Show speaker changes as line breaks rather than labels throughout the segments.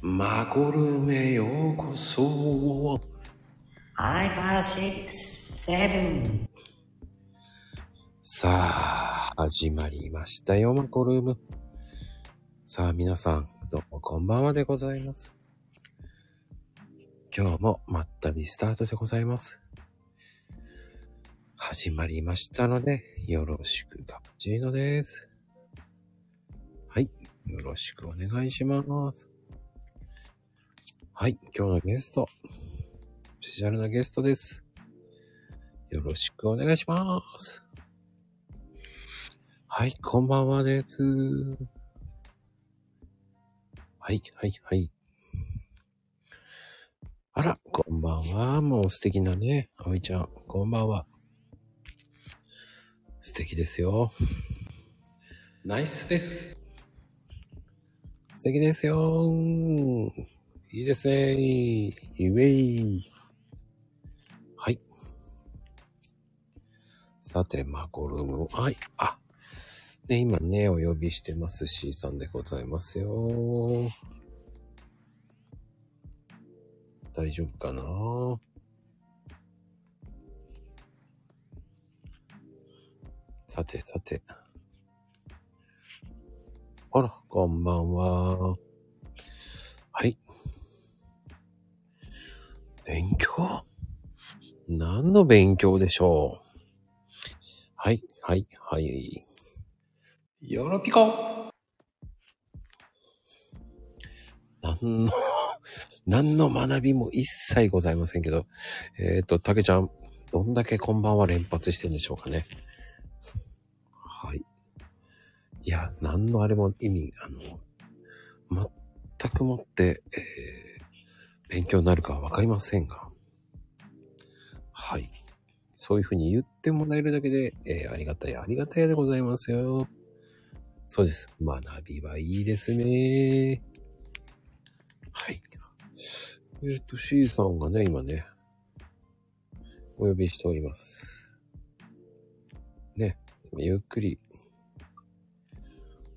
マゴルメようこそ。
I bar six seven.
さあ、始まりましたよ、マコルーム。さあ、皆さん、どうもこんばんはでございます。今日もまったりスタートでございます。始まりましたので、よろしく、カプチーノです。はい、よろしくお願いします。はい、今日のゲスト、スペシャルなゲストです。よろしくお願いします。はい、こんばんはです。はい、はい、はい。あら、こんばんは。もう素敵なね、葵ちゃん。こんばんは。素敵ですよ。ナイスです。素敵ですよ。いいですね。イェイ。はい。さて、マコルームを、はい、あ、で、今ね、お呼びしてます C さんでございますよ。大丈夫かなさてさて。あら、こんばんは。はい。勉強何の勉強でしょうはい、はい、はい。よろぴこ何の、何の学びも一切ございませんけど、えっ、と、たけちゃん、どんだけこんばんは連発してるんでしょうかね。はい。いや、何のあれも意味、あの、全くもって、えー勉強になるかはわかりませんが。はい。そういうふうに言ってもらえるだけで、えーありがたい、ありがたいでございますよ。そうです。学びはいいですね。はい。えっ、と、C さんがね、今ね、お呼びしております。ね、ゆっくり。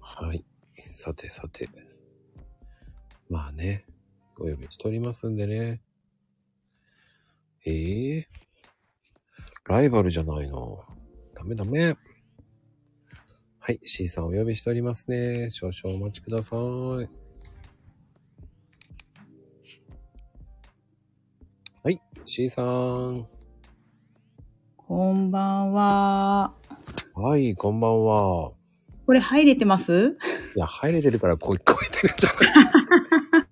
はい。さてさて。まあね、お呼びしておりますんでね。ええライバルじゃないの。ダメダメ。はい、C さんお呼びしておりますね。少々お待ちください。はい、C さん。
こんばんは。
はい、こんばんは。
これ入れてます
いや、入れてるから声聞こえてるんじゃない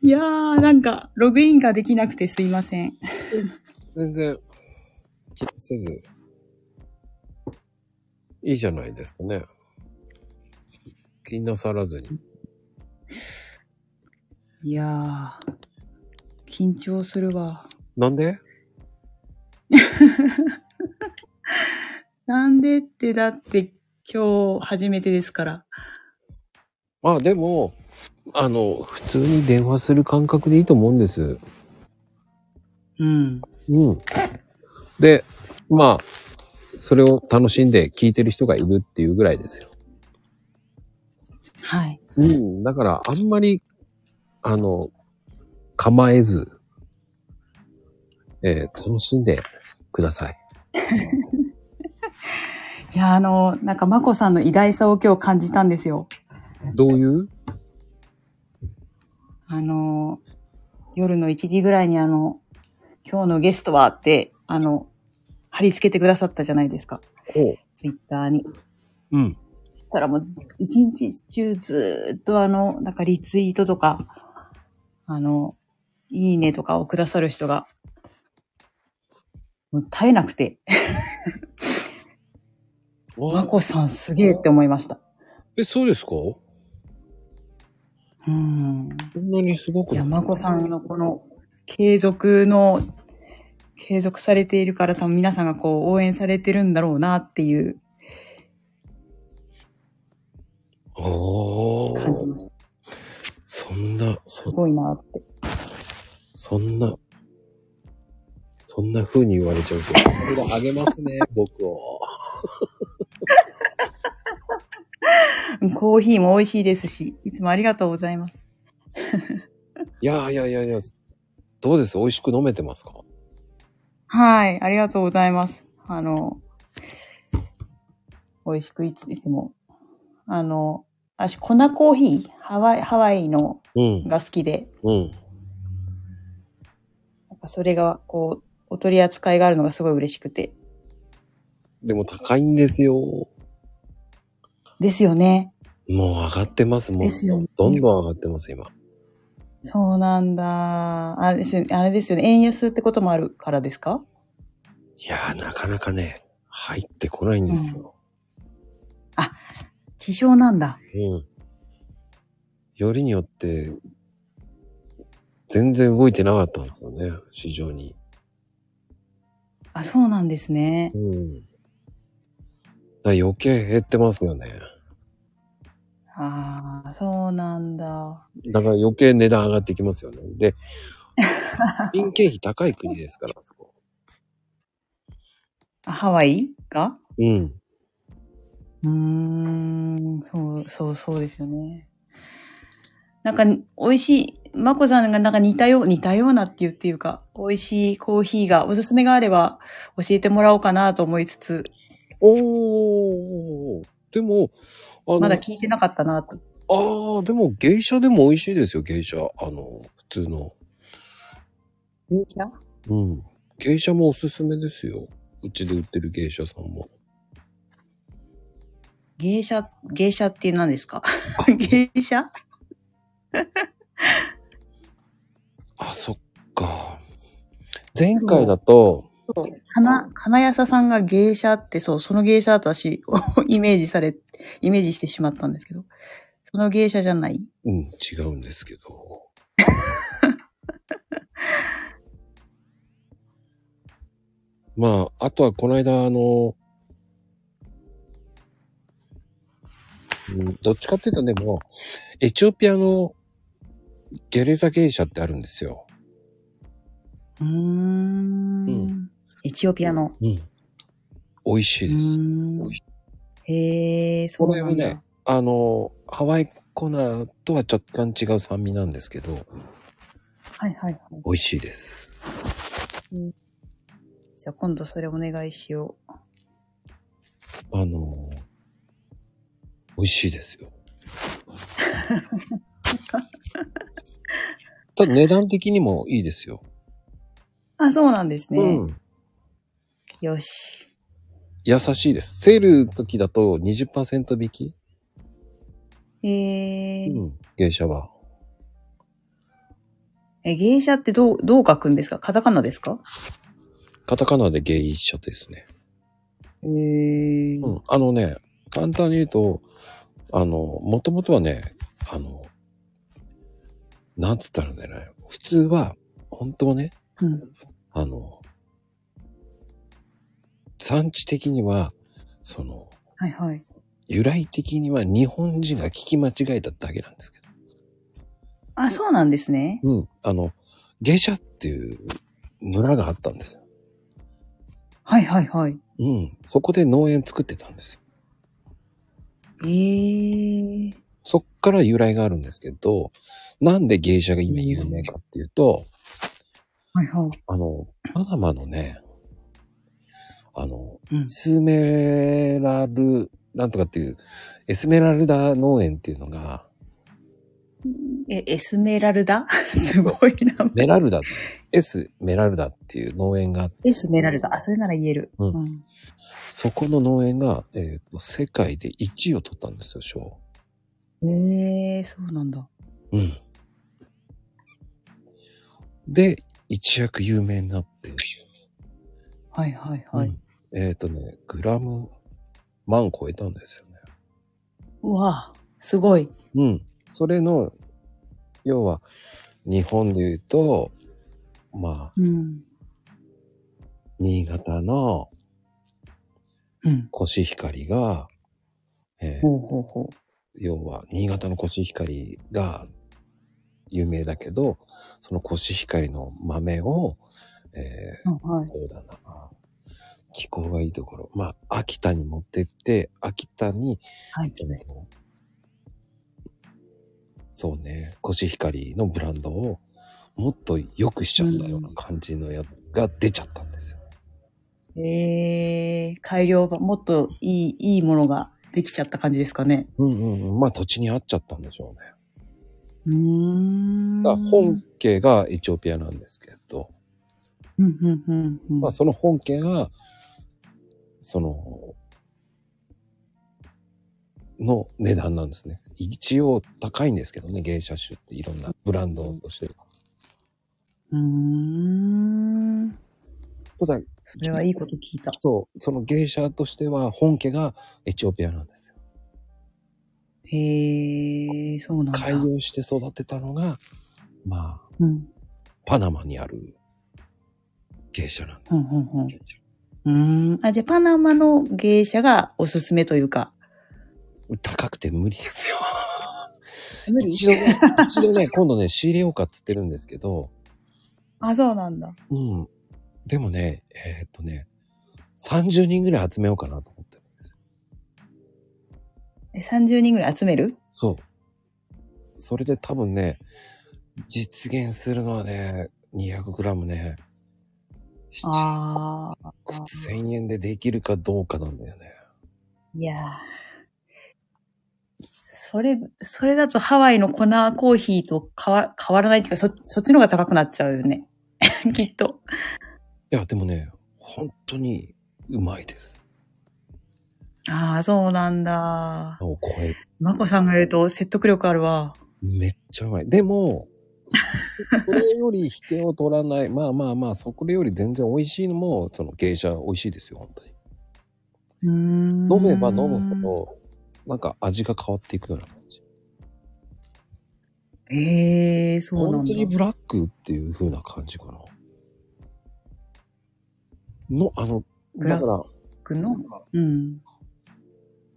いやー、なんか、ログインができなくてすいません。
全然、気にせず。いいじゃないですかね。気になさらずに。
いやー、緊張するわ。
なんで
なんでって、だって今日初めてですから。
まあでも、あの、普通に電話する感覚でいいと思うんです。
うん。
うん。で、まあ、それを楽しんで聞いてる人がいるっていうぐらいですよ。
はい。
うん。だから、あんまり、あの、構えず、えー楽しんでください。
いやー、あの、なんか、まこさんの偉大さを今日感じたんですよ。
どういう
あのー、夜の1時ぐらいにあの、今日のゲストはって、あの、貼り付けてくださったじゃないですか。
ほ
ツイッターに。
う。うん。
そしたらもう、一日中ずーっとあの、なんかリツイートとか、あの、いいねとかをくださる人が、もう絶えなくて、まこさんすげえって思いました。
え、そうですか
うん。
そんなにすごく
いや、まこさんのこの、継続の、継続されているから多分皆さんがこう応援されてるんだろうなっていう
ああ。
感じました。
そんな、
す
そ、
ごいなって。
そんな、そんな風に言われちゃうと、こ れあげますね、僕を。
コーヒーも美味しいですし、いつもありがとうございます。
いやいやいやいや、どうです美味しく飲めてますか
はい、ありがとうございます。あの、美味しくいつ、いつも。あの、私、粉コーヒー、ハワイ、ハワイの
うん、
が好きで、
うん。
なんかそれが、こう、お取り扱いがあるのがすごい嬉しくて。
でも高いんですよ。も
ですよね。
う上がってます、もう。
ですよね
どんどん上がってます、今。
そうなんだ。あれですよね。あれですよね。円安ってこともあるからですか
いやー、なかなかね、入ってこないんですよ。
気象なんだ。
うん。よりによって、全然動いてなかったんですよね、市場に。
あ、そうなんですね。
うん。だから余計減ってますよね。
ああ、そうなんだ。
だから余計値段上がってきますよね。 で、人件費高い国ですから、そこ。
あハワイが
うん。
うーん、そう、そう、そうですよね。なんか、美味しい、まこさんがなんか似たよう、似たようなっていうっていうか、美味しいコーヒーが、おすすめがあれば教えてもらおうかなと思いつつ、
おー。でも、あの、
まだ聞いてなかったなと。
ああ、でも芸者でも美味しいですよ、芸者。あの、普通の。うん。芸者もおすすめですよ。うちで売ってる芸者さんも。
芸者、芸者って何です か芸者
あ、そっか。前回だと、
かな、金谷さんが芸者って、そう、その芸者だと私、 イメージされ、イメージしてしまったんですけど、その芸者じゃない
うん、違うんですけど。 まあ、あとはこの間、あの、うん、どっちかっていうとね、もう、エチオピアのゲレザ芸者ってあるんですよ。
うーん。エチオピアの。
うん。美味しいです。
うーんへえ、そ
こ
う
れ
な
も
んだ。
ね、あの、ハワイコナーとは若干違う酸味なんですけど、
はいはいはい。
美味しいです。
じゃあ今度それお願いしよう。
あの、美味しいです よ。ただ値段的にもいいですよ。
あ、そうなんですね。
うん。
よし。
優しいです。セールの時だと20%引き、
えー
うん、芸者は。
え、芸者ってどう、どう書くんですかカタカナですか
カタカナで芸者ですね。
えー
うん、あのね、簡単に言うと、あの、もともとはね、あの、なんつったらいいんだろうね、普通は、本当はね、
うん。
あの、産地的には、その、
はいはい。
由来的には日本人が聞き間違えただけなんですけ
あ、そうなんですね。
ど、うん、あの、芸者っていう村があったんですよ。
はいはいはい。
うん、そこで農園作ってたんですよ。
えー。
そっから由来があるんですけど、なんで芸者が今有名かっていうと、
はいは
あの、パナマのね、あの、
い。うん
エ。スメラル、なんとかっていう、エスメラルダ農園っていうのが、
え、エスメラルダすごいな。
メラルダ、エスメラルダっていう農園があって、
エスメラルダ。あ、それなら言える。
うん
ん。
そこの農園が、えっ、と、世界で1位を取ったんですよ、賞。
えー、そうなんだ。
うん。で、一躍有名になって、
はいはいはい。
うんえっ、とね、グラム万超えたんですよね。
うわすごい。
うん。それの、要は、日本で言うと、まあ、
うん。
新潟の
うん。
コシヒカリが、えー
ほうほうほ
要は、新潟のコシヒカリが有名だけど、そのコシヒカリの豆を、え
う。はい
ー、。どうだな。気候がいいところ。まあ、秋田に持ってって、秋田に、
はい。
そのそうね、コシヒカリのブランドをもっと良くしちゃったような感じのやつが出ちゃったんですよ。
えー、改良版、もっといい、いいものができちゃった感じですかね。
うんうんうん。まあ土地に合っちゃったんでしょうね。
うーん。
だから本家がエチオピアなんですけど、
うん、うん、うんうん。
まあその本家が、その、の値段なんですね。一応高いんですけどね、芸者種っていろんなブランドとして。
うーん。
ただ、
それはいいこと聞いた。
そう、その芸者としては本家がエチオピアなんですよ。
へえ、そうなんだ。
開業して育てたのが、まあ、
うん、
パナマにある芸者なんだ。
うん、うん、うん。うーん。あ、じゃあパナマの芸者がおすすめというか。
高くて無理ですよ。
無
一度ね、一度ね、今度ね、仕入れようかっつってるんですけど、
あ、そうなんだ。
うん。でもね、えーっとね、30人ぐらい集めようかなと思ってるんですよ。
え30人ぐらい集める
そう。それで多分ね、実現するのはね、200g ね、7、
ああ。
1000円でできるかどうかなんだよね。
いやーそれ、それだとハワイの粉コーヒーと変わ変わらないっていうか、そ、そっちの方が高くなっちゃうよね。 きっと。
いや、でもね、本当にうまいです。
ああ、そうなんだ。
お声、
まこさんが言うと説得力あるわ。
めっちゃうまい。でも、それより引けを取らない。 まあまあまあ、そこより全然美味しいのも、その芸者美味しいですよ、本当に。
うーん
飲めば飲むほど、なんか味が変わっていくような感じ。
ど。ええー、そうな
本
ん
当
だ。
にブラックっていう風な感じかな。の、あの、
ブ
だ
ラッ
か
ク
ら、
僕の。うん。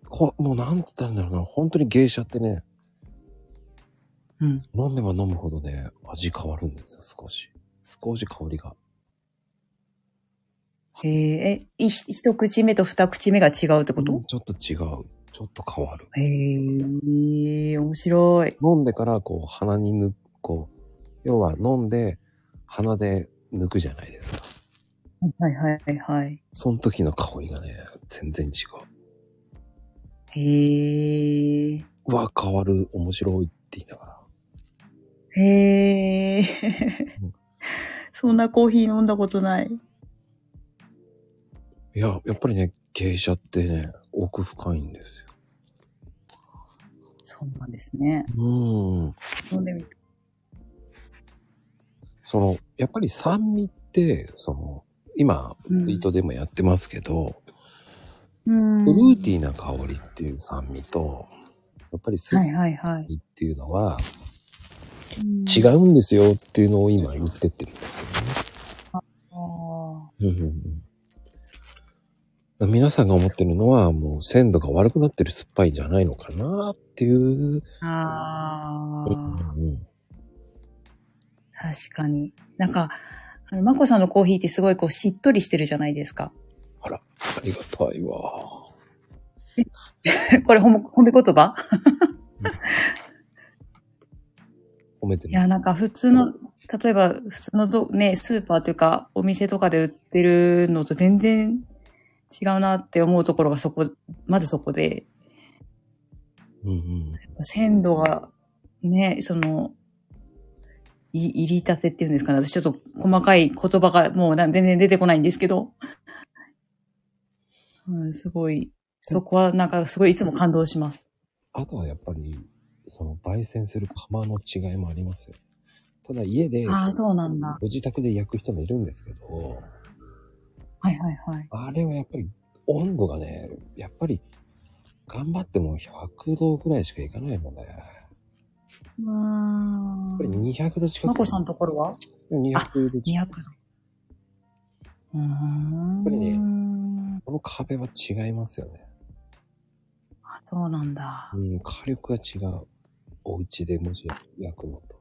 ほもうなんつったらいいんだろうな、本当に芸者ってね、
うん。
飲めば飲むほどね、味変わるんですよ、少し。少し香りが。
えー、え、い一口目と二口目が違うってこ
う
と
ん、ちょっと違う。ちょっと変わる。
ええー、面白い。
飲んでから、こう、鼻に抜く、こう、要は飲んで、鼻で抜くじゃないですか。
はいはいはい。
その時の香りがね、全然違う。
へえ。
うわ、変わる、面白いって言いながら。
へえ。そんなコーヒー飲んだことない。
いや、やっぱりね、芸者ってね、奥深いんですよ。
そうなんですね。
うん。
飲んでみた。
その、やっぱり酸味って、その、今、
う
ツイートでもやってますけど、
ん。
フルー
ィ
ティーな香りっていう酸味と、やっぱりス
は
ッ
いはいはい。
キっていうのは違
違。
うんですよっていうのを今言ってってるんですけどね。
あ
うんうんうんだから皆さんが思ってるのは、もう鮮度が悪くなってる酸っぱいんじゃないのかなっていう。
ーあ
う
ー。
んうん
確かに。なんか、あの、まこさんのコーヒーってすごいこうしっとりしてるじゃないですか。
あら、ありがたいわ。
これほん、褒め言葉
褒めて
い
る。
や、なんか普通の、例えば普通のど、ね、スーパーというか、お店とかで売ってるのと全然違うなって思うところがそこ、まずそこで、
うんうん。
鮮度が、ね、その、い入り立てっていうんですかね。私ちょっと細かい言葉がもうな全然出てこないんですけど。 うん、すごい。そこはなんかすごいいつも感動します。
あとはやっぱり、その、焙煎する釜の違いもありますよ。ただ家で、
ああ、そうなんだ。
ご自宅で焼く人もいるんですけど、
はいはいはい。
あれはやっぱり温度がね、やっぱり頑張っても100度ぐらいしかいかないので、や
うー
っぱり
ん。
200度近く。
まこさんところは
200度近く。
?200 度。うーん。
やっぱりね
ね。
この壁は違いますよね。
あ、そうなんだ
う。ん、火力が違う。お家でもし焼くのと、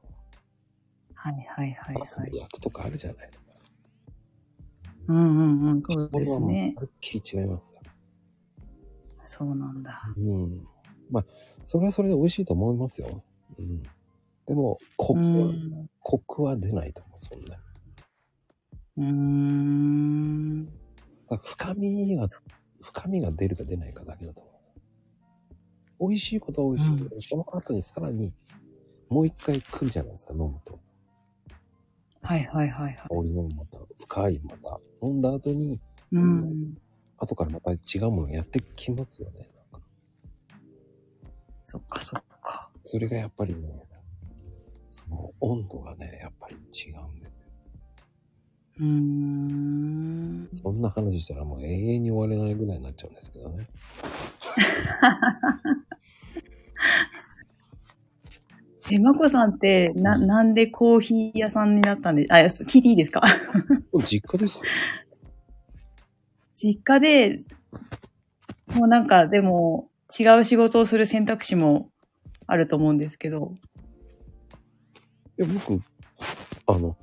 はいはいはい
ガス
は
で
い。
焼くとかあるじゃないですか。
うんうんうん、そうですね
これはもう。まるっきり違います。
そうなんだ。
うん。まあ、それはそれで美味しいと思いますよ。うん。でも、コ
う
クは、
ん。
コクは出ないと思う、そんな。
うーん。
だから深みは、深みが出るか出ないかだけだと思う。美味しいことは美味しいけど、その後にさらに、もう一回来るじゃないですか、飲むと。
はいはいはいはい。
香りのまた、深いまた、飲んだ後に、
うん。
後からまた違うものやってきますよね。なんか
そっかそっか。
それがやっぱりね、その温度がね、やっぱり違うんですよ。
うーん。
そんな話したらもう永遠に終われないぐらいになっちゃうんですけどね。
え、まこさんって、な、なんでコーヒー屋さんになったんで、あ、聞いていいですか
もう実家ですよ。
実家で、もうなんか、でも、違う仕事をする選択肢もあると思うんですけど。
いや、僕、あの、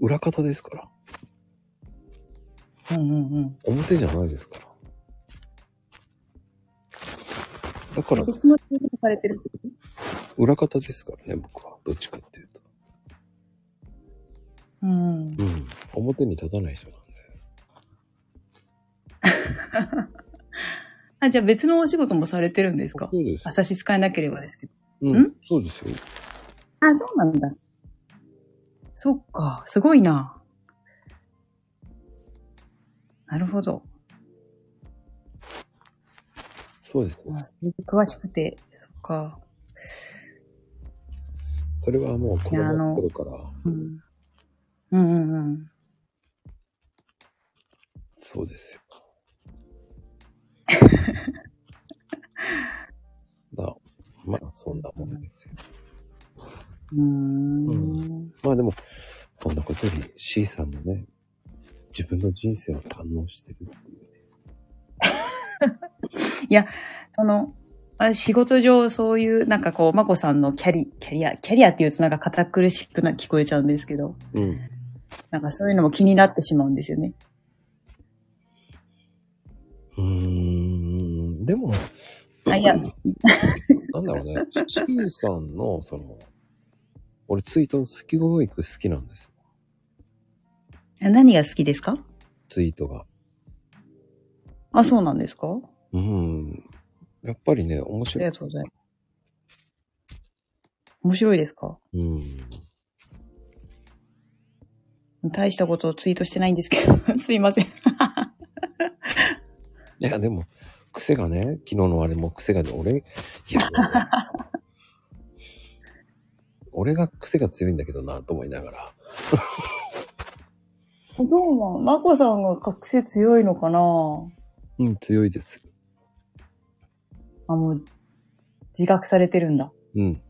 裏方ですから。
うんうんうん。
表じゃないですから。だから、
別の仕事されてる。
裏方ですからね、僕は。どっちかっていうと。
うん。
うん。表に立たない人なんで。
あ、じゃあ別のお仕事もされてるんですか
そうです
あ。差し支えなければですけど。
うんん。そうですよ。
あ、そうなんだ。そっか、すごいな。なるほど。
そうですよ
ま。あ、それで詳しくて、そっか。
それはもう子
いやあ
供
の
の頃から、
うん。うんうんうん。
そうです よ。だまあ、そんなもんですよ。
うーん。
まあでも、そんなことより C さんのね、自分の人生を堪能してるっていうね。
その、あ仕事上そういう、なんかこう、まこさんのキャリ、キャリア、キャリアっていうとなんか堅苦しくな、聞こえちゃうんですけど、
うん。
なんかそういうのも気になってしまうんですよね。
うーんでも、
あ、いや、
なんだろうね、C さんの、その、俺ツイートの好き教育好きなんですよ。
何が好きですか
ツイートが。
あ、そうなんですか
うん。やっぱりね、面
あり
白い
が。とうございます。面白いですか
うん。
大したことをツイートしてないんですけど、 すいませ
い
ん。
や、でも、癖がね、昨日のあれも癖がで、俺、いや、 俺が癖が強いんだけどな、と思いながら。
そうなん、まこさんが覚醒強いのかな
うん、強いです。
あ、もう、自覚されてるんだ。
うん。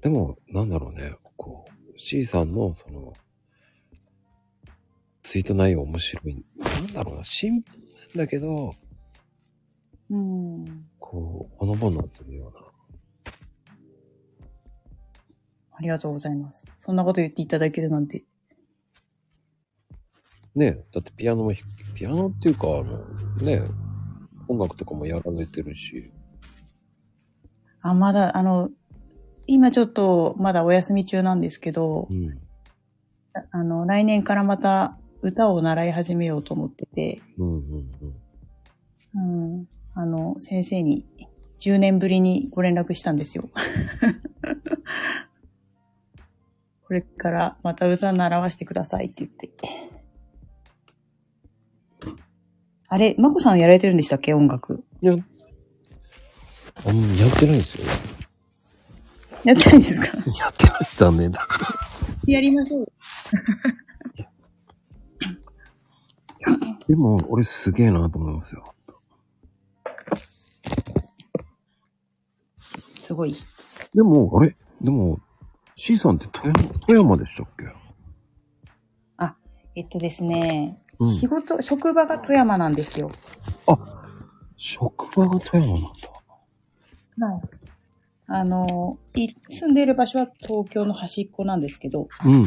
でも、なんだろうね、こう、C さんの、その、ツイート内容面白い。なんだろうな、シンプルなんだけど、
うん。
こう、ほのぼのするような。
ありがとうございます。そんなこと言っていただけるなんて。
ねえ、だってピアノも弾く、ピアノっていうか、あの、ねえ、音楽とかもやられてるし、
あ、まだ、あの、今ちょっとまだお休み中なんですけど
う、ん、
ああの、来年からまた歌を習い始めようと思ってて、
うん、うん、
うん、あの、先生に10年ぶりにご連絡したんですよ。 これからまた歌習わしてくださいって言って。あれ、まこさんやられてるんでしたっけ音楽。
うん。あんやってないんですよ。
やってないんですか
やってない、残念だから。
やりましょう。
でも、俺すげえなと思いますよ。
すごい。
でも、あれでも、C さんって富山富山でしたっけ
えっとですね、
うん
仕事、職場が富山なんですよ。
職場が富山なんだ。
はい。あの、い住んでいる場所は東京の端っこなんですけど、
うん、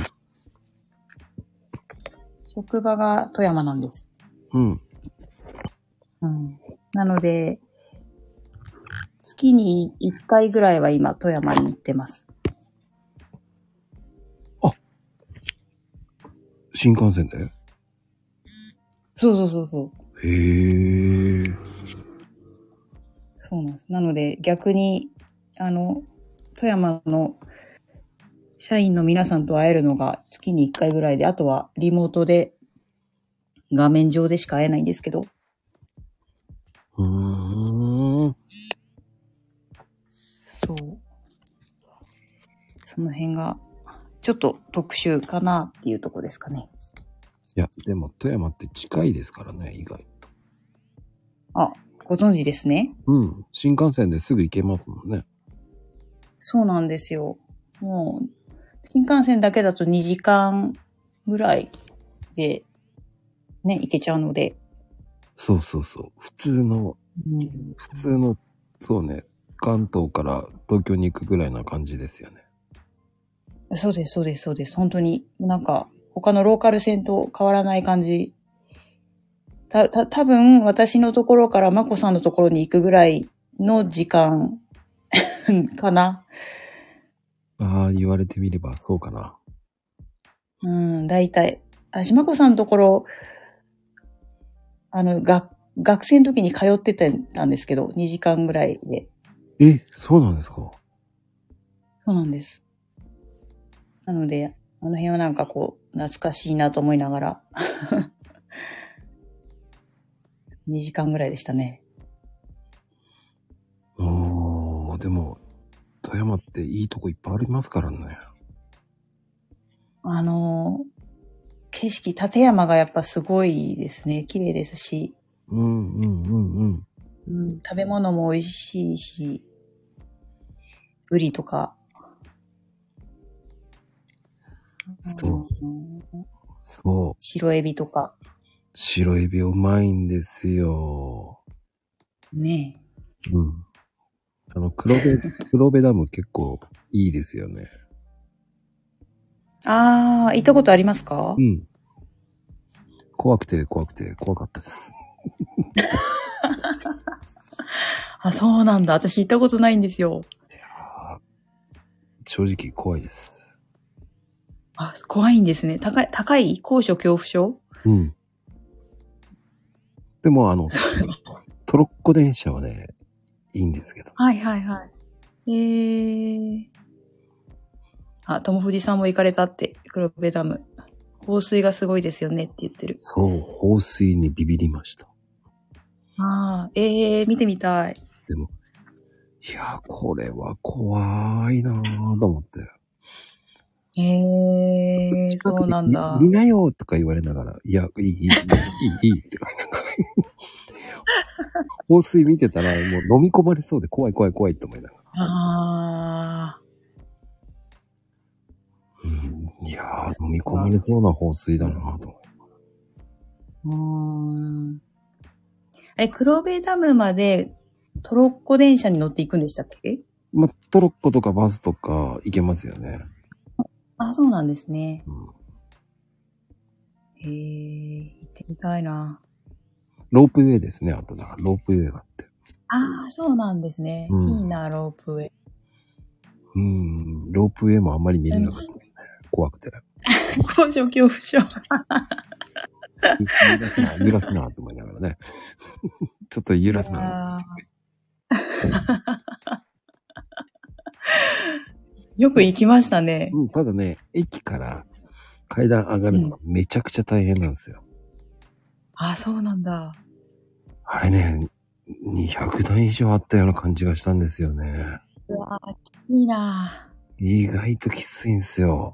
職場が富山なんです。
うん。
うん。なので、月に1回ぐらいは今、富山に行ってます。
新幹線で
そうそうそうそう。
へえ。
そうなんです。なので逆に、あの、富山の社員の皆さんと会えるのが月に1回ぐらいで、あとはリモートで画面上でしか会えないんですけど。
うーん。
そう。その辺が、ちょっと特殊かなっていうとこですかね。
いや、でも富山って近いですからね、意外と。
あ、ご存知ですね。
うん。新幹線ですぐ行けますもんね。
そうなんですよ。もう、新幹線だけだと2時間ぐらいで、ね、行けちゃうので。
そうそうそう。普通の、普通の、そうね、関東から東京に行くぐらいな感じですよね。
そうです、そうです、そうです。本当に、なんか、他のローカル線と変わらない感じ。た、た、多分、私のところからまこさんのところに行くぐらいの時間、 かな。
ああ、言われてみればそうかな。
うん、大体。私、まこさんのところ、あの、学、学生の時に通ってたんですけど、2時間ぐらいで。
え、そうなんですか
そうなんです。なので、あの辺はなんかこう、懐かしいなと思いながら。2時間ぐらいでしたね。
おー、でも、富山っていいとこいっぱいありますからね。
あのー景色、立山がやっぱすごいですね。綺麗ですし、
うんうんうんうん。
うん、食べ物も美味しいし、ブリとか。
そう
うん。
そう。
白エビとか。
白エビうまいんですよ。
ね
うん。あの、黒部、 黒部ダム結構いいですよね。
ああ、行ったことありますか
うん。怖くて怖くて怖かったです。
あ、そうなんだ。私行ったことないんですよ。
あー正直怖いです。
あ、怖いんですね。高い、高い高所恐怖症
うん。でもあの、 トロッコ電車はね、いいんですけど。
はいはいはい。えー。あ、友藤さんも行かれたって、黒部ダム。放水がすごいですよねって言ってる。
そう、放水にビビりました。
ああ、えー、見てみたい。
でも、いやー、これは怖いなーと思って。
えー、そうなんだ。
見見なよとか言われながら、いや、いい、いい、いい、いい、いいって言われながら。放水見てたら、もう飲み込まれそうで怖い怖い怖いって思いながら。
ああ、
うん、いやー、飲み込まれそうな放水だなーと思って。
うーん。あれ、黒部ダムまでトロッコ電車に乗っていくんでしたっけ
まあ、トロッコとかバスとか行けますよね。
あ、そうなんですね。
うん
えー、行ってみたいな。
ロープウェイですね、あとだから、ロープウェイがあって。
ああ、そうなんですね。
うん
いいな、ロープウェイ。
うん、ロープウェイもあんまり見れなかったですね。怖くて。
高所恐怖症。
揺らすな、揺らすな、と思いながらね。 ちょっと揺らすな。
よく行きましたね。
うん、ただね、駅から階段上がるのがめちゃくちゃ大変なんですよ。
あ、そうなんだ。
あれね、200段以上あったような感じがしたんですよね。
うわいいな
意外ときついんですよ。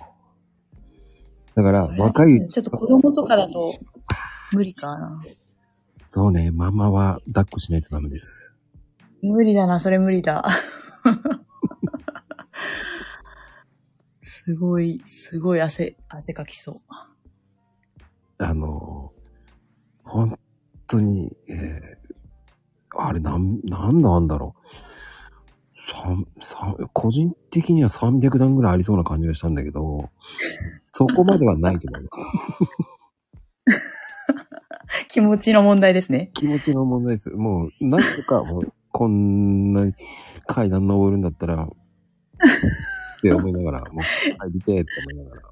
だから、
ぁ
若いう
ちょっと子供とかだと無理かな。
そうね、ママは抱っこしないとダメです。
無理だな、それ無理だ。すごい、すごい汗、汗かきそう。
あの、本当に、えーあれ、なん、なんなんだろう。三、三、個人的には300段ぐらいありそうな感じがしたんだけど、そこまではないと思い ます。
気持ちの問題ですね。
気持ちの問題です。もう、なんとか、もう、こんな階段登るんだったら、って思いなが ら、もう帰りてえって思いながら。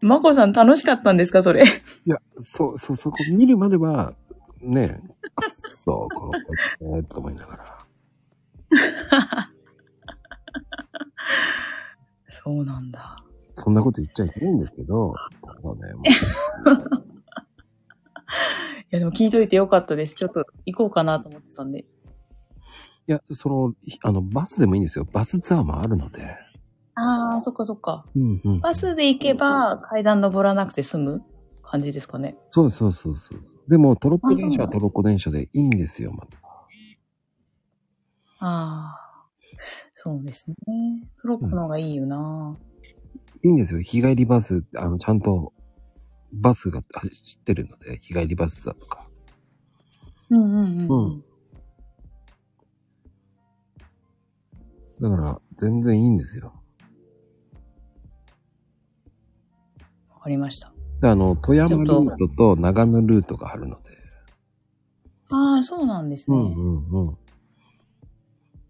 まこさん楽しかったんですかそれ。
いや、そう、そう、そこ見るまでは、ねえ、くっそ、この子、ええと思いながら。
そうなんだ。
そんなこと言っちゃいけないんですけど、そうね、もう
いや、でも聞いといてよかったです。ちょっと行こうかなと思ってたんで。
いや、その、ひあの、バスでもいいんですよ。バスツアーもあるので。
ああ、そっかそっか。
うんうん。
バスで行けば階段登らなくて済む感じですかね。
そうそうそうそう。でも、トロッコ電車は
あそうなんだ
トロッコ電車でいいんですよ、また。
ああ。そうですね。トロッコの方がいいよな。
いいんですよ。日帰りバス、あの、ちゃんと、バスが走ってるので、日帰りバスだとか。
うんうんうん。
う
うん、
だから、全然いいんですよ。
わかりました。
であの、富山ル
ちょ
ートと長野ルートがあるので。
ああ、そうなんです
う
ね。
んうんうん。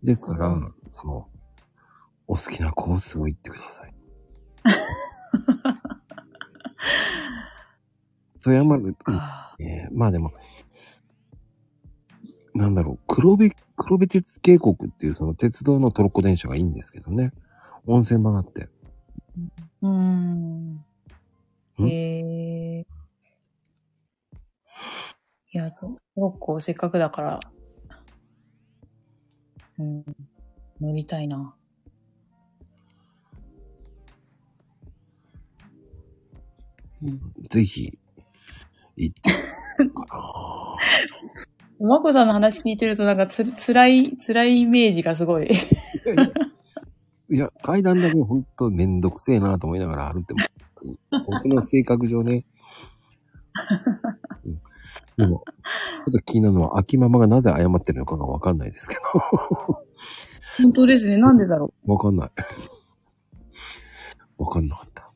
ですから、
うん
その、お好きなコースを行ってください。 富山ルート、
か
えーまあでも、なんだろう、黒部、黒部鉄渓谷っていうその鉄道のトロッコ電車がいいんですけどね。温泉場があって。
うーん。
ん
へえ。いや、トロッコせっかくだから、うん、乗りたいな。
ぜひ、行って。 あー
まこさんの話聞いてるとなんかつ、辛い、辛いイメージがすごい。
いやいや いや、階段だけほんとめんどくせえなと思いながら歩いても、僕の性格上 ね。うんでも、ちょっと気になるのは、秋ママがなぜ謝ってるのかがわかんないですけど。
本当ですね。なんでだろ
わかんない。わかんなかった。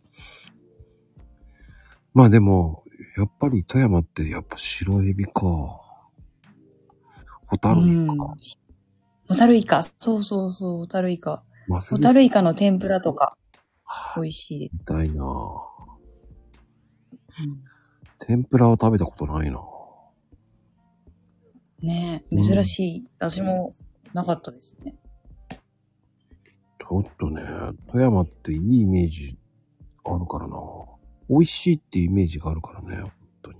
まあでも、やっぱり富山ってやっぱ白エビか。ホタルイ
うん
か。
う。ホタルイカ。そうそうそう、ホタルイカ。
マス
ホ
み
タルイカの天ぷらとか、美味しいです。
たいなぁ
うん
天ぷらは食べたことないなぁ
ねえ
うん
珍しい。私もなかったですね。
ちょっとね、富山っていいイメージあるからな。美味しいっていうイメージがあるからね、本当に。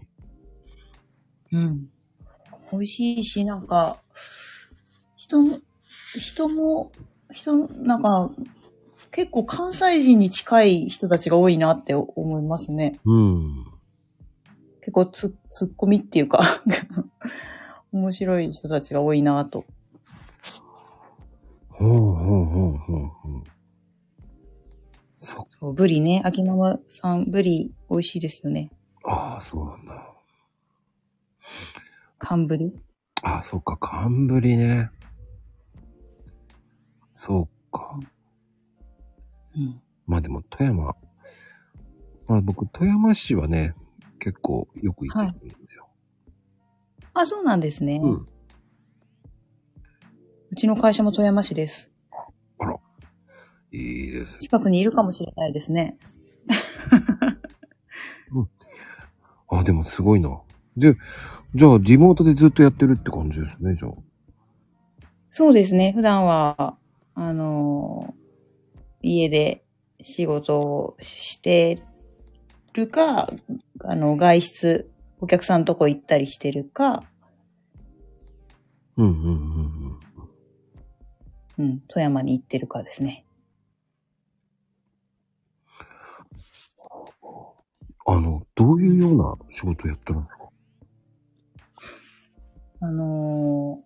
うん。美味しいし、なんか、人も、人も、人も、なんか、結構関西人に近い人たちが多いなって思いますね。
うん。
結構ツッツッコミっていうか、 面白い人たちが多いなと。
ほうほうほうほうほう。そっ
そう、ブリね。秋ママさん、ブリ美味しいですよね。
ああ、そうなんだ。
寒ブリ。
ああ、そっか、寒ぶりね。そっか。
うん。
まあでも富山、まあ僕、富山市はね、結構よく行ってるんですよ。
あ、そうなんですね。
うん。
うちの会社も富山市です。
いいですね。
近くにいるかもしれないですね。
あ、でもすごいな。で、じゃあリモートでずっとやってるって感じですね、じゃあ。
そうですね。普段は、あのー家で仕事をしてるか、あの、外出、お客さんのとこ行ったりしてるか、
うんうんうんうん。
うん、富山に行ってるかですね。
あの、どういうような仕事やってるんですか
あの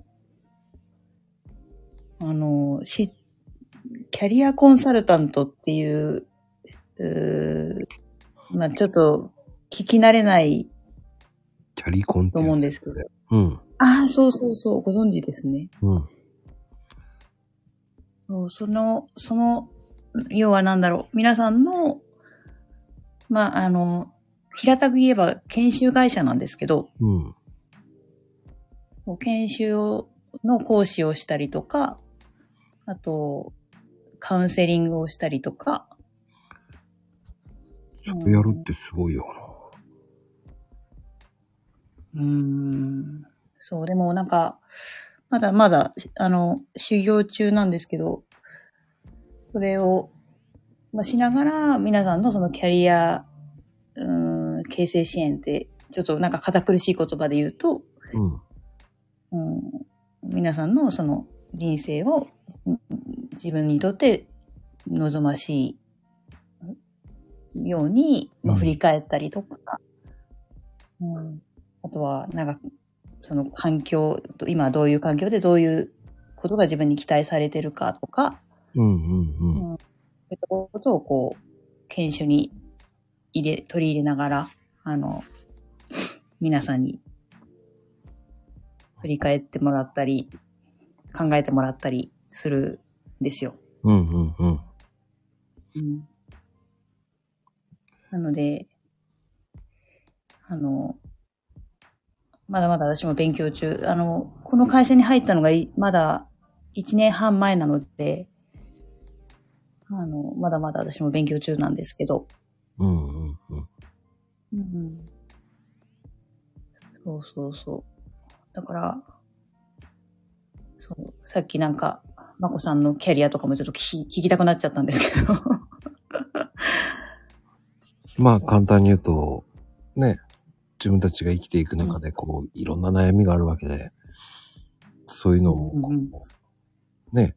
ーあのーし、キャリアコンサルタントっていう、うーまあちょっと聞き慣れない
キャリコンって
と
やつ。
思うんですけど。
うん。
ああ、そうそうそう、ご存知ですね。
うん。
そうその、その、要は何だろう。皆さんの、まあ、あの、平たく言えば研修会社なんですけど、
うん。
研修をの講師をしたりとか、あと、カウンセリングをしたりとか。
それやるってすごいよ
うーん。そう、でもなんか、まだまだ、あの、修行中なんですけど、それを、まあ、しながら、皆さんのそのキャリア、うーん、形成支援って、ちょっとなんか堅苦しい言葉で言うと、
な。うん。
うん、皆さんのその人生をうん自分にとって望ましいように、まあ
うん
振り返ったりとか、うん、あとは、なんか、その環境、今どういう環境でどういうことが自分に期待されてるかとか、
うんうんうん。
そういったことをこう、研修に入れ、取り入れながら、あの、皆さんに振り返ってもらったり、考えてもらったりするんですよ。
うんうんうん。
うん、なので、あの、まだまだ私も勉強中。あの、この会社に入ったのがいまだ1年半前なので、あの、まだまだ私も勉強中なんですけど、
うんうんうん。
うんそうそうそう。だから、そう、さっきなんか、まこさんのキャリアとかもちょっと聞き聞きたくなっちゃったんですけど。
まあ簡単に言うと、ね、自分たちが生きていく中で、こう、いろんな悩みがあるわけで、そういうのをこう、
うんうん
ね、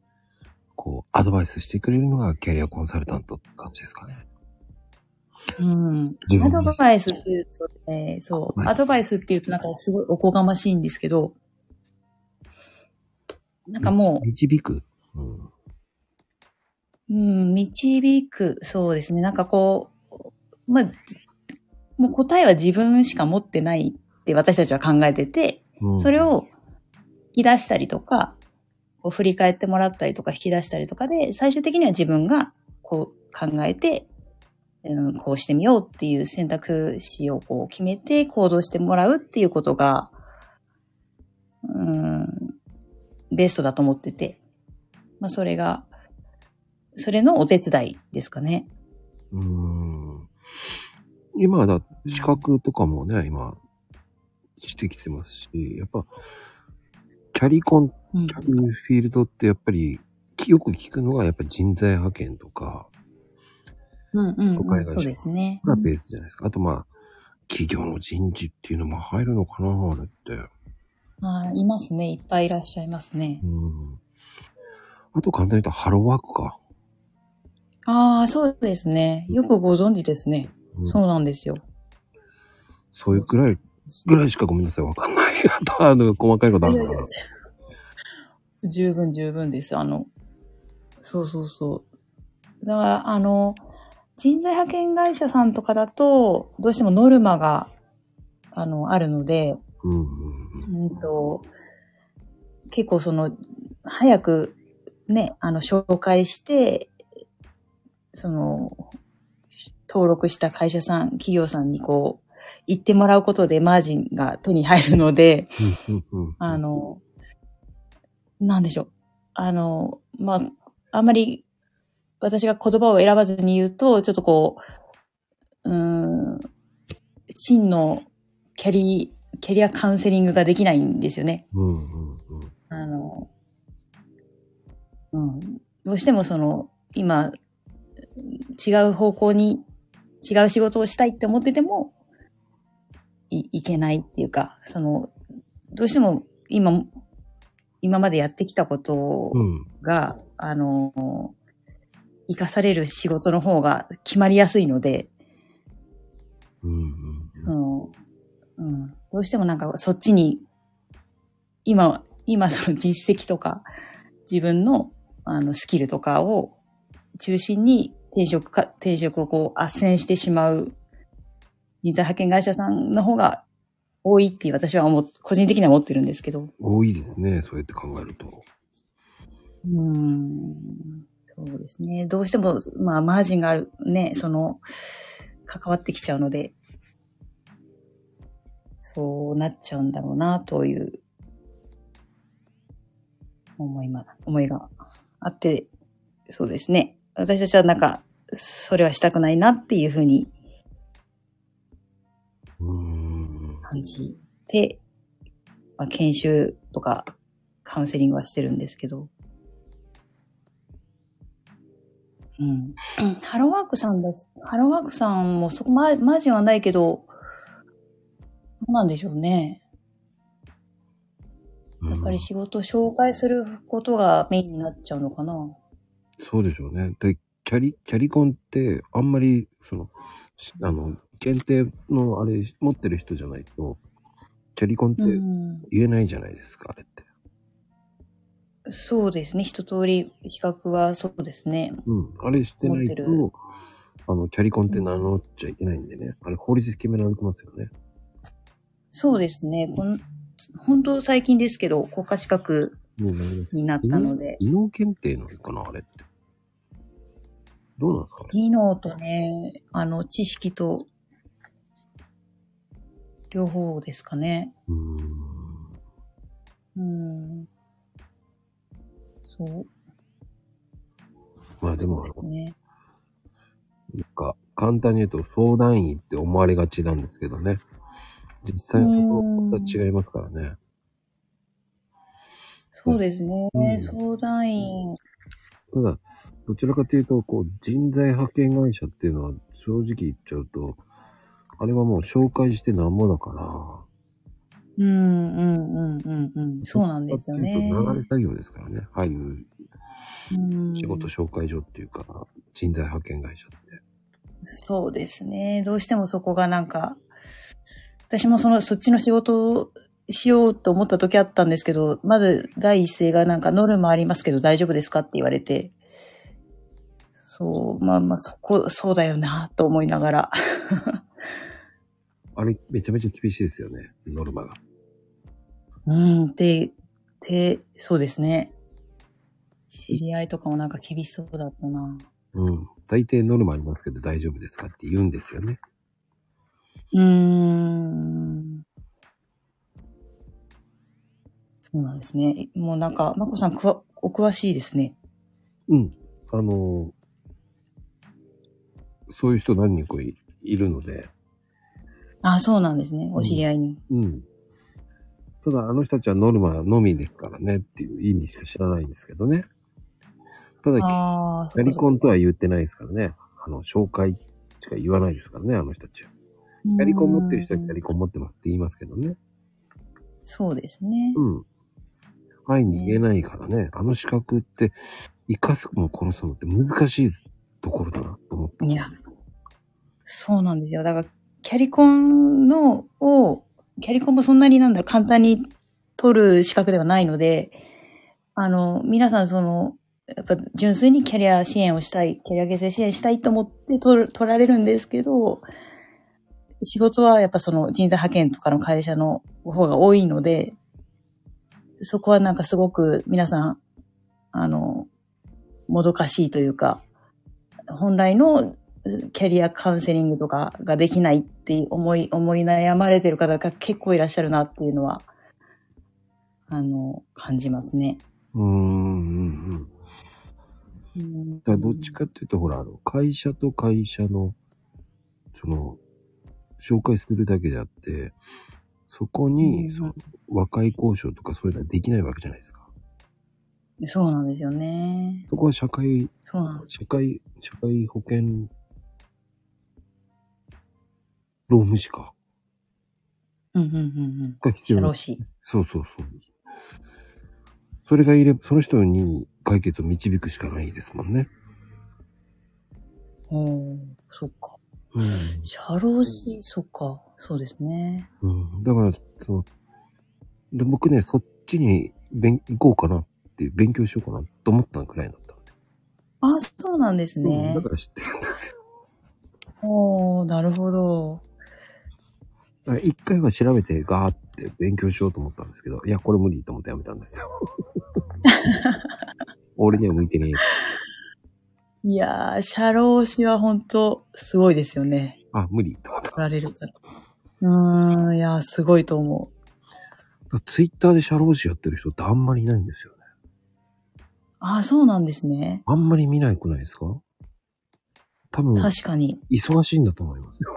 こう、アドバイスしてくれるのがキャリアコンサルタントって感じですかね。
うん。
自
ア
分
ド
の
バイスっていうとね、そう、
はい
アドバイスっていうとなんかすごいおこがましいんですけど、なんかも
導く。うん。
う、うん、導く、そうですね、なんかこう、まあ、もう答えは自分しか持ってないって私たちは考えてて、
うん
それ、を引き出したりとか、こう振り返ってもらったりとか引き出したりとかで、最終的には自分がこう考えて、うん、こうしてみようっていう選択肢をこう決めて行動してもらうっていうことが、うん、ベストだと思ってて、まあそれが、それのお手伝いですかね。
うん。今だ、資格とかもね、今、してきてますし、やっぱ、キャリコン、
うん
キャリフィールドってやっぱり、きよく聞くのがやっぱ人材派遣とか、
うんうん
誤解があ
う
る
ん、そうですね。
がベースじゃないですか。あとまあ、企業の人事っていうのも入るのかな、あれって。
あーいますね。いっぱいいらっしゃいますね。
うん。あと簡単に言うと、ハローワークか。
ああ、そうですね。よくご存知ですね。
うん
そうなんですよ。
そういうくらい、ぐらいしかごめんなさい、わかんない。あと、あの、細かいことあるから。
十分十分です。あの、そうそうそう。だから、あの、人材派遣会社さんとかだと、どうしてもノルマが、あの、あるので、
うんうんうん。
うんと、結構その、早く、ね、あの、紹介して、その、登録した会社さん、企業さんにこう、行ってもらうことでマージンが手に入るので、
うんうんうん
あの、なんでしょう。あの、まあ、あんまり私が言葉を選ばずに言うと、ちょっとこう、うーん、真のキャリ、キャリアカウンセリングができないんですよね。
うんうんうん。
あの、うん、どうしてもその、今、違う方向に、違う仕事をしたいって思ってても、い、いけないっていうか、その、どうしても今、今までやってきたこと
うん。
が、あの、生かされる仕事の方が決まりやすいので、
うんうん
その、うん、どうしてもなんかそっちに、今、今その実績とか、自分のあのスキルとかを中心に転職か、転職をこう斡旋してしまう人材派遣会社さんの方が多いって私は思っ、個人的には思ってるんですけど。
多いですね、そうやって考えると。
うん。そうですね。どうしても、まあ、マージンがある、ね、その、関わってきちゃうので、そうなっちゃうんだろうな、という思いま、思いがあって、そうですね。私たちはなんか、それはしたくないなっていうふうに
うーん。
感じて、まあ、研修とかカウンセリングはしてるんですけど。うん。ハローワークさんです。ハローワークさんもそこま、マージンはないけど、どうなんでしょうね。
や
やっぱり仕事を紹介することがメインになっちゃうのかな。
そうでしょうね。で、キャリ、キャリコンって、あんまり、その、しあの、検定のあれ持ってる人じゃないと、キャリコンって
うん。
言えないじゃないですか、あれって。
そうですね。一通り資格はそうですね。
うん。あれしてな
持って
い
る
と、あの、キャリコンって名乗っちゃいけないんでね。あれ法律で決められてますよね。
そうですね。こん本当最近ですけど、国家資格
もうなります。
になったので。
技能検定なのかな、あれって。どうなんですかね。
技能とね、あの、知識と、両方ですかね。
うーん。
うん。そう
まあでも、あの
ですね。
なんか、簡単に言うと相談員って思われがちなんですけどね。実際のところは違いますからね。
そうですね。
うん
相談員。
ただ、どちらかというと、こう、人材派遣会社っていうのは、正直言っちゃうと、あれはもう紹介してなんぼだから、
うん、うん、うん、うん、うん。そうなんですよね。
どっちかっていうと流れ作業ですからね。ああいう
うん
仕事紹介所っていうか、人材派遣会社って。
そうですね。どうしてもそこがなんか、私もその、そっちの仕事をしようと思った時あったんですけど、まず第一声がなんかノルマありますけど大丈夫ですかって言われて、そう、まあまあそこ、そうだよなと思いながら。
あれ、めちゃめちゃ厳しいですよね。ノルマが。
うん、で、で、そうですね。知り合いとかもなんか厳しそうだったな。
うん。大抵ノルマありますけど大丈夫ですかって言うんですよね。
うーん。そうなんですね。もうなんか、まこさんくわ、お詳しいですね。
うん。あのーそういう人何人かいいるので、
あ、そうなんですね。
ん
お知り合いに。
うん。ただ、あの人たちはノルマのみですからねっていう意味しか知らないんですけどね。ただ、キ
ああ、そ
ャ
う
リ
か
コ
そ
ン
うか。
とは言ってないですからね。あの、紹介しか言わないですからね、あの人たちは。キャリコン持ってる人はキャリコン持ってますって言いますけどね。
そうですね。
うん。愛に言えないからね、あの資格って、生かすも殺すのって難しいところだなと思って。
いや。そうなんですよ。だから、キャリコンのを、キャリコンもそんなになんだろう、簡単に取る資格ではないので、あの、皆さんその、やっぱ純粋にキャリア支援をしたい、キャリア形成支援したいと思って取る、取られるんですけど、仕事はやっぱその人材派遣とかの会社の方が多いので、そこはなんかすごく皆さん、あの、もどかしいというか、本来のキャリアカウンセリングとかができないって思い、思い悩まれてる方が結構いらっしゃるなっていうのは、あの、感じますね。
うーん、うん、うん。
うん
だからどっちかっていうと、ほら、あの、会社と会社の、その、紹介するだけであって、そこ
うん
に、その、和解交渉とかそういうのはできないわけじゃないですか。
そうなんですよね。
そこは社会、
そうなん
社会、社会保険、労務士か。
うんうんう
が
んうん。
必要
社
な
労士。
そうそうそう。それがいれば、その人に解決を導くしかないですもんね。
おーそっか。
うん。
社労士、そっか。そうですね。
うん、だから、その、で僕ね、そっちに勉行こうかなっていう、勉強しようかなと思ったくらいだったんで。
あ、そうなんですね
うんだ。から知ってるんですよ。
おーなるほど。
だから一回は調べて、ガーって勉強しようと思ったんですけど、いや、これ無理と思ってやめたん ですよ。俺には向いてねえ。
いやー、社労士は本当すごいですよね。
あ、無理と思った。
取られるかと。うーん、いや、すごいと思
ツイッターで社労士やってる人ってあんまりいないんですよね。
ああ、そうなんですね。
あんまり見ないくないですか多分、
確かに。
忙しいんだと思いますよ。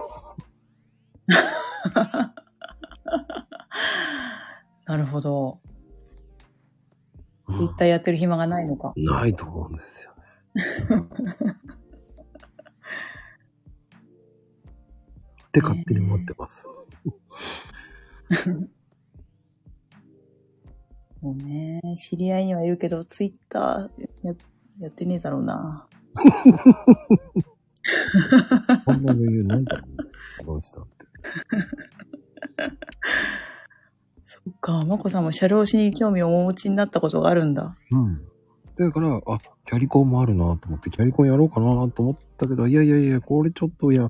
なるほど。
うん
ツイッターやってる暇がないのか。
ないと思うんですよね。 って勝手に思ってます。
もうね、知り合いにはいるけど、ツイッターややってねえだろうな。
こんな余裕ないと思うんですよ、この人って。
そっか、まこさんも車両しに興味をお持ちになったことがあるんだ。
うん。だから、あ、キャリコンもあるなと思って、キャリコンやろうかなと思ったけど、いやいやいや、これちょっと、いや、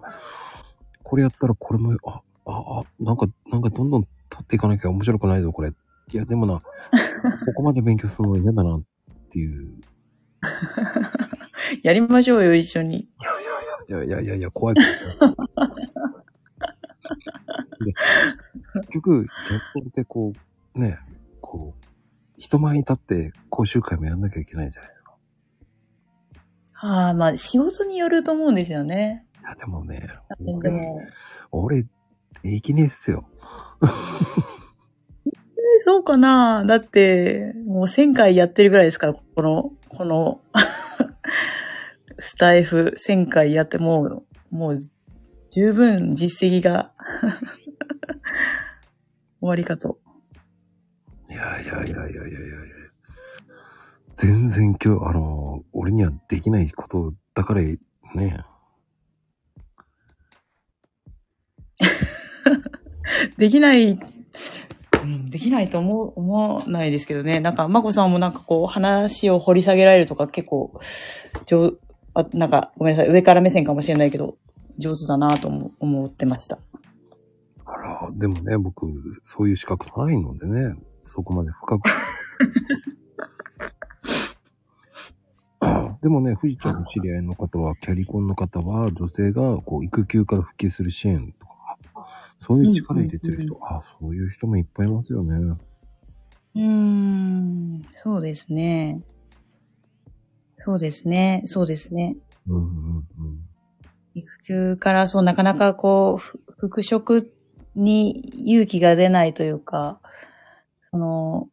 これやったらこれも、あ、あ、あ、なんか、なんかどんどん取っていかなきゃ面白くないぞ、これ。いや、で もな、ここまで勉強するの嫌だなっていう。
やりましょうよ、一緒に。
いやいやいやいや、怖いから。で結局、キャリコンってこう、ね、こう、人前に立って講習会もやんなきゃいけないじゃないですか。
ああ、まあ、仕事によると思うんですよね。
いや、でもね、
でも、
俺、できねえっすよ。
えそうかなだって、もう1000回やってるぐらいですから、この、この、 スタイフ1000回やって、もう、もう、十分実績が、終わりかと。
いやいやいやいやいやいやいや全然今日、あの、俺にはできないことだからね。
できない、うん、できないと思う、思わないですけどね。なんか、まこさんもなんかこう、話を掘り下げられるとか結構、上、あなんか、ごめんなさい、上から目線かもしれないけど、上手だなと思思ってました。
あら、でもね、僕、そういう資格ないのでね、そこまで深く。 でもね、富士ちゃんの知り合いの方は、キャリコンの方は、女性がこう育休から復帰する支援とか、そういう力入れてる人、あ、そういう人もいっぱいいますよね。
うーん、そうですね。そうですね、そうですね。
うんうんうん。
育休から、そう、なかなかこうふ、復職に勇気が出ないというか、その、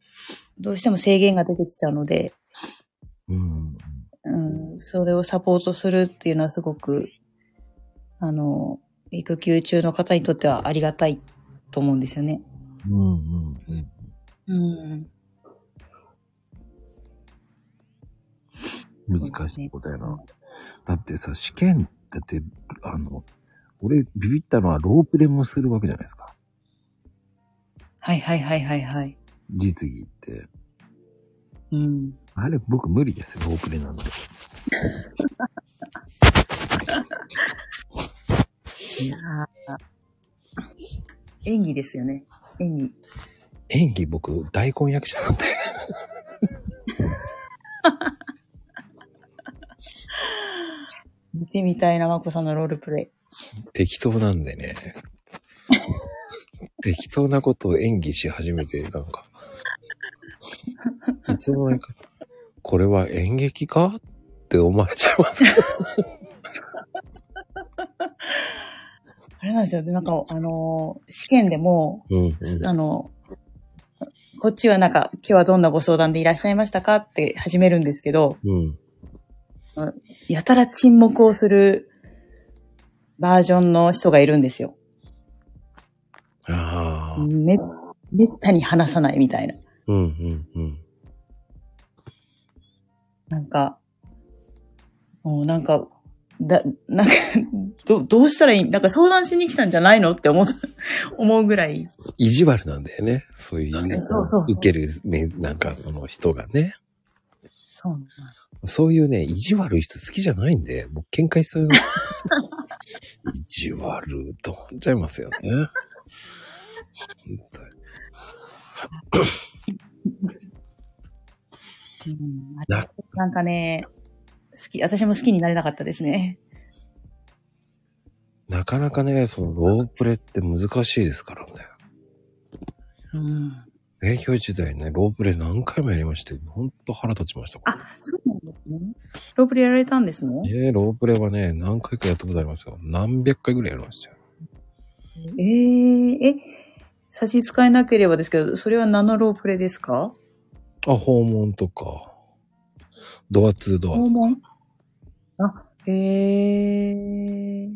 どうしても制限が出てきちゃうので、
うん
うん、それをサポートするっていうのはすごく、あの、育休中の方にとってはありがたいと思うんですよね。
うんうんうん。
うん。そうですね
難しいことやな。だってさ、試験、だって、あの、俺ビビったのはロープレもするわけじゃないですか。
はいはいはいはいはい。
実技って。
うん。
あれ、僕無理ですよ、ロープレなんて。
演技ですよね。演技。
演技僕、大根役者なんで。
見てみたいな、まこさんのロールプレイ。
適当なんでね。 適当なことを演技し始めて、なんか。いつの間にか、これは演劇かって思われちゃいますけど。
あれなんですよ。でなんか、あのー試験でも、
うん、うん。
あの、こっちはなんか、今日はどんなご相談でいらっしゃいましたかって始めるんですけど、
うん。
やたら沈黙をするバージョンの人がいるんですよ。
ああ。
め、めったに話さないみたいな。
うんうんうん。
なんか、もうなんか、だ、なんか、 ど、どうしたらいいなんか相談しに来たんじゃないのって思う、 思うぐらい。
意地悪なんだよね。そういう、
そうそう
受けるめ、なんかその人がね。
そうなん
そういうね、意地悪い人好きじゃないんで、もう喧嘩しそういうの。意地悪と思っちゃいますよね。本当に
うんあ
な
なんかね、好き、私も好きになれなかったですね。
なかなかね、そのロープレって難しいですからね。
うん。
営業時代ね、ロープレイ何回もやりまして、ほんと腹立ちました。これ
そうなんですね。ロープレやられたんですね。
ねロープレイはね、何回かやったことありますよ。何百回ぐらいやりましたよ。
えええ、差し支えなければですけど、それは何のロープレですか
あ、訪問とか、ドア2ドア
訪
とか。
問あ、ええ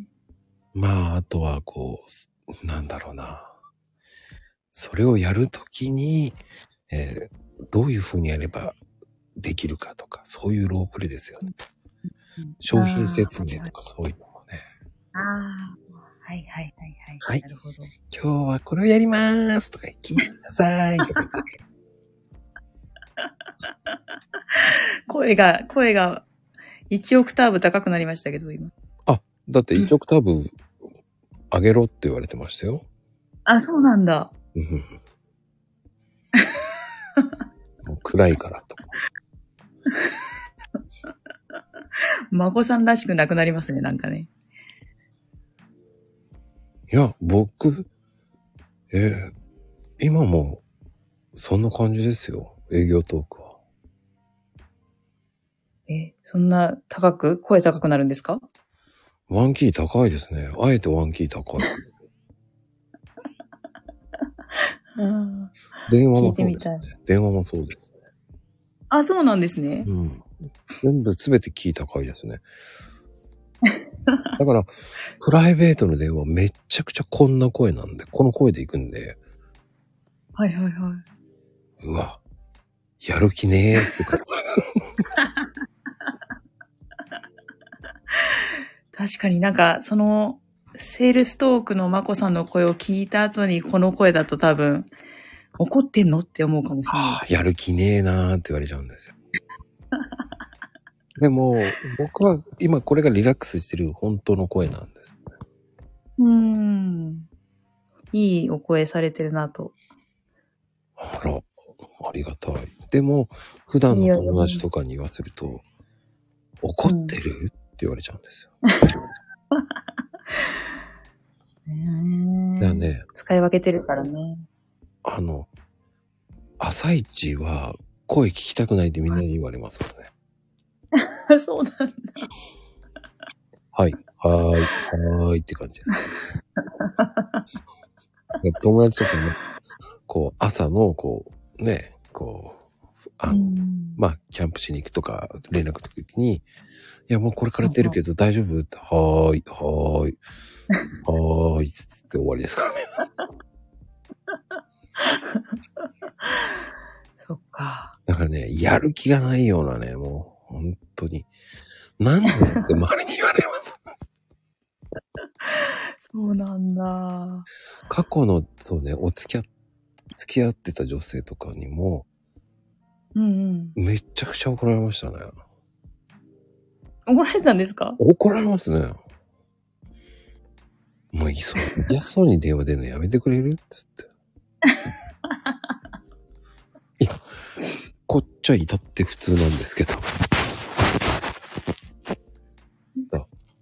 まあ、あとはこう、なんだろうな。それをやるときに、えーどういうふうにやればできるかとか、そういうロープレイですよね。商品説明とかそういうのもね。
ああ、はいはいはいはい。
はい
なるほど。
今日はこれをやりますとか聞いてくださいとか言 って。
声が、声が1オクターブ高くなりましたけど、今。
だって1オクターブ上げろって言われてましたよ。
あ、そうなんだ。
うん もう暗いからとか。
孫さんらしくなくなりますね、なんかね。
いや、僕、えー今もそんな感じですよ。営業トークは。
え、そんな高く声高くなるんですか
ワンキー高いですね。あえてワンキー 高い。
うん。
電話も
聞
そう
い
で
て
すね
み。
電話もそうです。
あ、そうなんですね。
うん。全部すべてキー高いです ね。だから、プライベートの電話めっちゃくちゃこんな声なんで、この声で行くんで、
はいはいはい。
うわ、やる気ねえって感じ。
確かになんか、その、セールストークのまこさんの声を聞いた後にこの声だと多分、怒ってんのって思うかもしれない
ああ、やる気ねえなーって言われちゃうんですよ。 でも、僕は今これがリラックスしてる本当の声なんです。
です。うん。いいお声されてるなと。
あら、ありがたい。でも、普段の友達とかに言わせると、怒ってる、って言われちゃうんですよ。だから
ね
ね、
使い分けてるからね。
あの、朝一は声聞きたくないってみんなに言われますからね。
そうなんだ。
はい、はーい、はーいって感じです。で友達とかも、こう、朝の、こう、ね、こう、あまあ、キャンプしに行くとか、連絡の時に、いや、もうこれから出るけど大丈夫って、はーい、はーい、はーい、つって終わりですからね。
そっか。
だからね、やる気がないようなね、もう、本当に、なんでって周りに言われます。
そうなんだ。
過去の、そうね、お付き合っ、付き合ってた女性とかにも、
うん
めっちゃくちゃ怒られましたね。
うん。怒られたんですか
怒られますね。もういっそ、嫌そうに電話出るのやめてくれるって 言って。いや、こっちは至って普通なんですけど。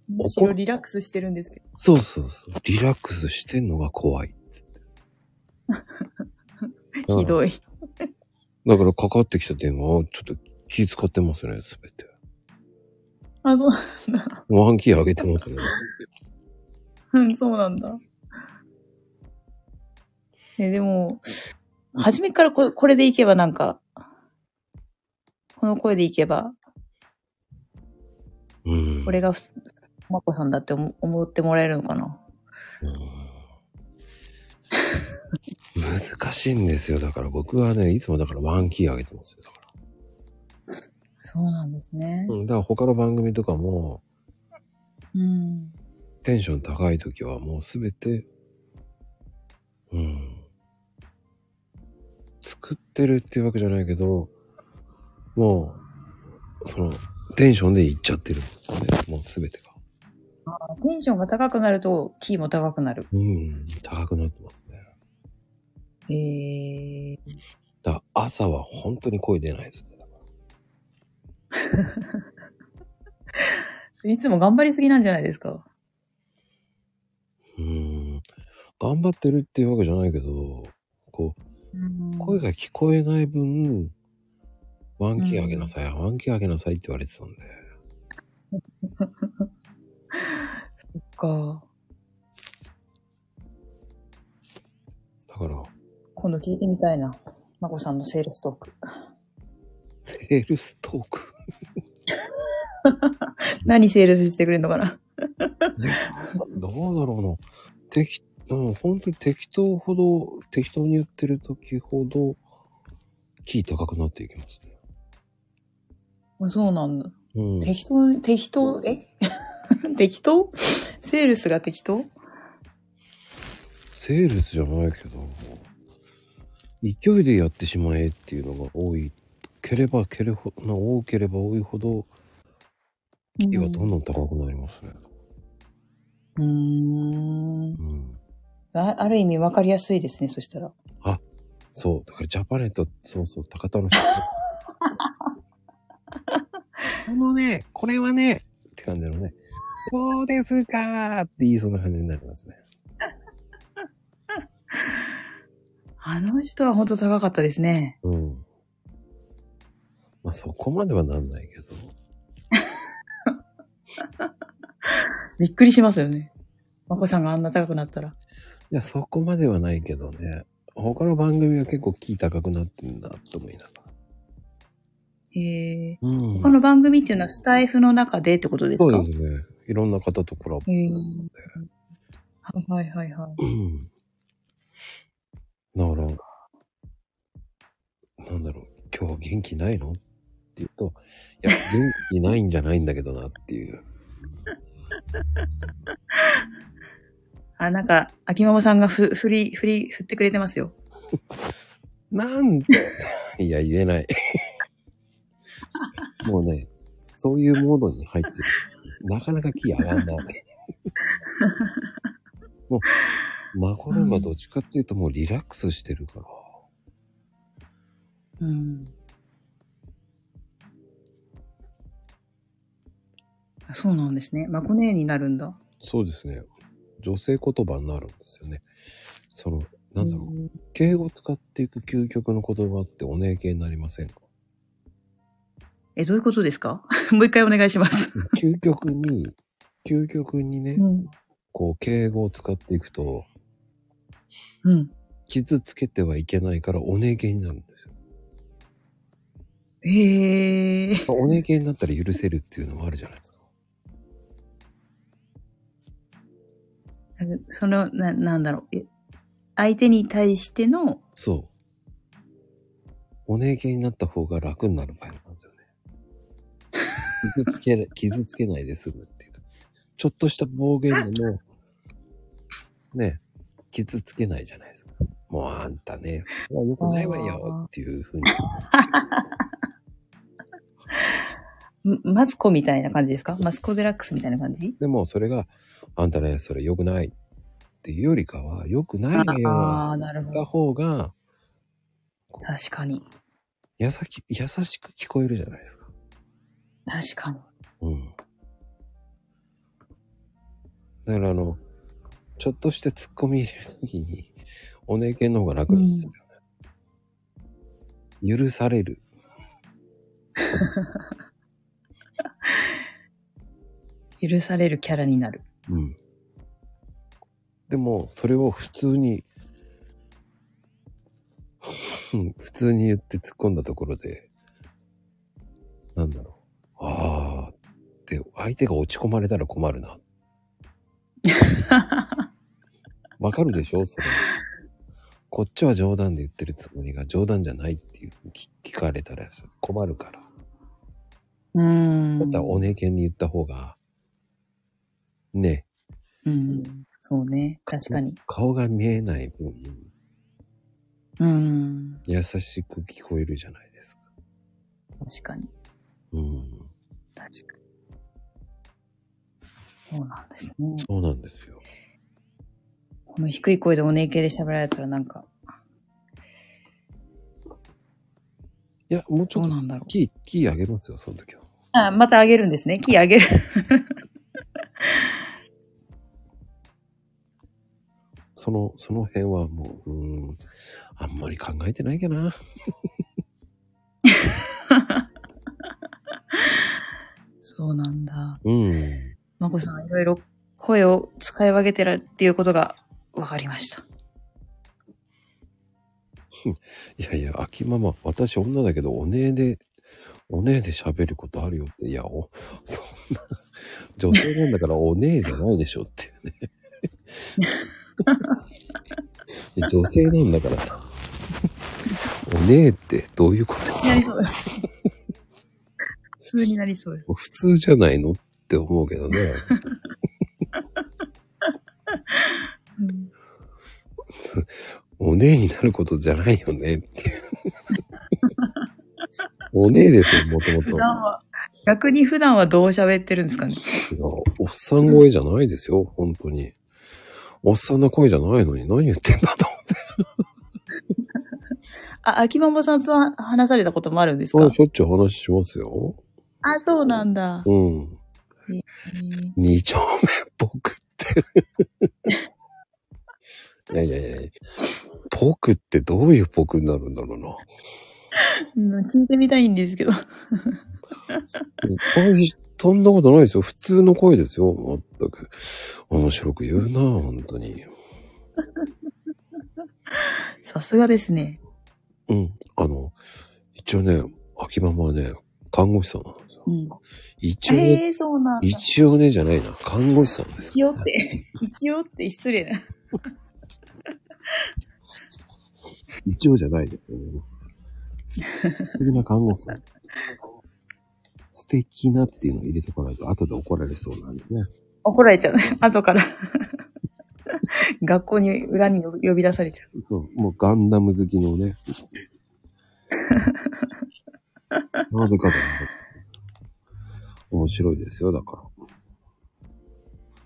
むしろリラックスしてるんですけど。
そうそうそう。リラックスしてんのが怖い。
ひどい。
だからかかってきた電話をちょっと気使ってますね、すべて。
あ、そうなんだ。
ワンキー上げて ますね。
うん、そうなんだ。え、でも、初めからここれでいけばなんか、この声でいけば、
うん。
これがふまこさんだって思思ってもらえるのかな。
うん難しいんですよ。だから僕はね、いつもだからワンキー上げてますよ。だか
そうなんですね
ら,、。うん、だから他の番組とかも、
うん。
テンション高い時はもうすべて、うん。作ってるっていうわけじゃないけど、もう、その、テンションでいっちゃってるんですよね。もうすべてが。
テンションが高くなると、キーも高くなる。
うん。高くなってますね。
えー、
だから朝は本当に声出ないですね。
いつも頑張りすぎなんじゃないですか。
うーん頑張ってるっていうわけじゃないけど、こう、
うん
声が聞こえない分、ワンキーあげなさい、ワンキーあげなさいって言われてたんで。
か。
だから、
今度聞いてみたいな。まこさんのセールストーク。
セールストーク。
何セールスしてくれるのかな
どうだろうな。適、うん、本当に適当ほど、適当に言ってる時ほど、キー高くなっていきますね。
あそうなんだ。
うん。
適当に、適当、え 適当セールスが適当
セールスじゃないけど、勢いでやってしまえっていうのが多いければけれほ、な多ければ多いほど、キーはどんどん高くなりますね。
うー
う
ん
ん。
あ。ある意味分かりやすいですね、そしたら。
そう。だからジャパネット、そうそう、高田の。 このね、これはね、って感じのね、そうですかーって言いそうな感じになりますね。
あの人は本当高かったですね。
うん。まあそこまではなんないけど。
びっくりしますよね。まこさんがあんな高くなったら。
いや、そこまではないけどね。他の番組は結構キー高くなってんなと思いながら。
へえ。
うん
他の番組っていうのはスタイフの中でってことです
そう
か
ですね。いろんな方とコラボ。
へえ。はいはいはいはい。
うん。だから、なんだろう、今日は元気ないのって言うと、いや、元気ないんじゃないんだけどなっていう。
あ、なんか、秋ママさんがふ、振り、振り、振ってくれてますよ。
なんでいや、言え ない。もうね、そういうモードに入ってる。なかなか気上が んない。もう、孫らがどっちかっていうともうリラックスしてるから。
うん。あそうなんですね。まこねえになるんだ。
そうですね。女性言葉になるんですよね。その、なんだろう。
う。
敬語を使っていく究極の言葉ってお姉系になりませんか
え、どういうことですか もう一回お願いします。
究極に、究極にね、
ん。
こう敬語を使っていくと、
うん。
傷つけてはいけないからお姉系になるんです
へえ。
よ。お姉系になったら許せるっていうのもあるじゃないですか。
その、な、なんだろう。え相手に対しての、
そう。お姉系になった方が楽になる場合なんですよね。傷つけ、傷つけないで済むっていうか、ちょっとした暴言でも、ね、傷つけないじゃないですか。もうあんたね、それは良くないわよっていうふうに。
んマツコみたいな感じですかマツコデラックスみたいな感じ
でもそれが、あんたね、それ良くないっていうよりかは、良くないわよ
ああ、なるほ
った
ど。
方が、
確かに。
優し優しく聞こえるじゃないですか。
確かに。
うん。だからあの、ちょっとした突っ込み入れるときに、お姉犬の方が楽なんですよね。許される。
許されるキャラになる。
うん。でも、それを普通に、 うん普通に言って突っ込んだところで、なんだろう。ああ、って、相手が落ち込まれたら困るな。わかるでしょそれ。こっちは冗談で言ってるつもりが冗談じゃないっていう聞聞かれたら困るから。
うーん。
だったらお姉犬に言った方が、ね、
うん。そうね。確かに。
顔が見えない分、
うん。
優しく聞こえるじゃないですか。
確かに。
うん。
確かに。そうなんですね。
そうなんですよ。
この低い声でおねえ系で喋られたらなんか、
いや、もうち
ど
ょ
う
っと、
なんだろう。
キー、キーあげますよ、その時は。
あ、またあげるんですね。キーあげる。
その、その辺はもう、うーん、あんまり考えてないかな。
そうなんだ。
うん。
まこさん、いろいろ声を使い分けてるっていうことが分かりました。
いやいや、秋ママ、私女だけど、お姉で、お姉で喋ることあるよって、いや、お、そんな、女性なんだからお姉じゃないでしょっていうね。で女性なんだからさ、お姉ってどういうこと
なりそう。 普通になりそう。
普通じゃないのって思うけどね。
うん、
お姉になることじゃないよねっていう。お姉ですよ、もともと
普。段は、逆に普段はどう喋ってるんですかね。
いやおっさん声じゃないですよ、本当に。おっさんの声じゃないのに何言ってんだと思って。
あ、秋ママさんとは話されたこともあるんですか
うんしょっちゅう話しますよ。
あ、そうなんだ。
うん。二丁目僕って。いやいやいやいや。僕ってどういう僕になるんだろうな。
うん聞いてみたいんですけど。
大しそんなことないですよ。普通の声ですよ。まったく。面白く言うな、本当に。
さすがですね。
うん。あの、一応ね、秋ママはね、看護師さんなんですよ。
うん、
一応ね、
ええそうなんだ。
一応ねじゃないな。看護師さんです。
一応って、一応って失礼な。
一応じゃないですよね。素敵な看護師さん。素敵なっていうのを入れとかないと後で怒られそうなんでね。
怒られちゃう。 後から。学校に裏に呼び呼び出されちゃう。
そう、もうガンダム好きの ね。なぜかというと面白いですよ、だから。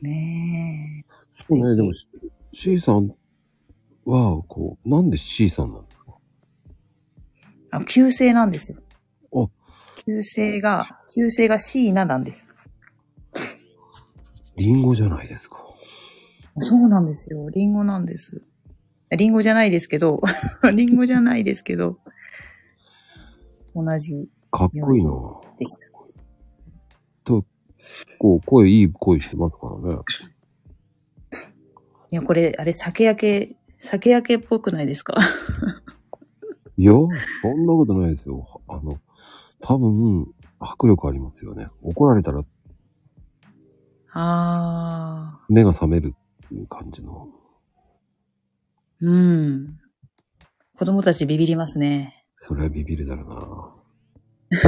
ねえ。
そうね、でも C さんは、こう、なんで C さんなの
あ、旧姓なんですよ。
お
旧姓が、旧姓が椎名なんです。
リンゴじゃないですか。
そうなんですよ。リンゴなんです。リンゴじゃないですけど、 リンゴじゃないですけど、同じ
かっこいいなぁ。
でした。
こう、声、いい声してますからね。
いや、これ、あれ、酒焼け、酒焼けっぽくないですか
いや、そんなことないですよ。あの、多分、迫力ありますよね。怒られたら
ああ、
目が覚めるっていう感じの。
うん。子供たちビビりますね。
それはビビるだろうな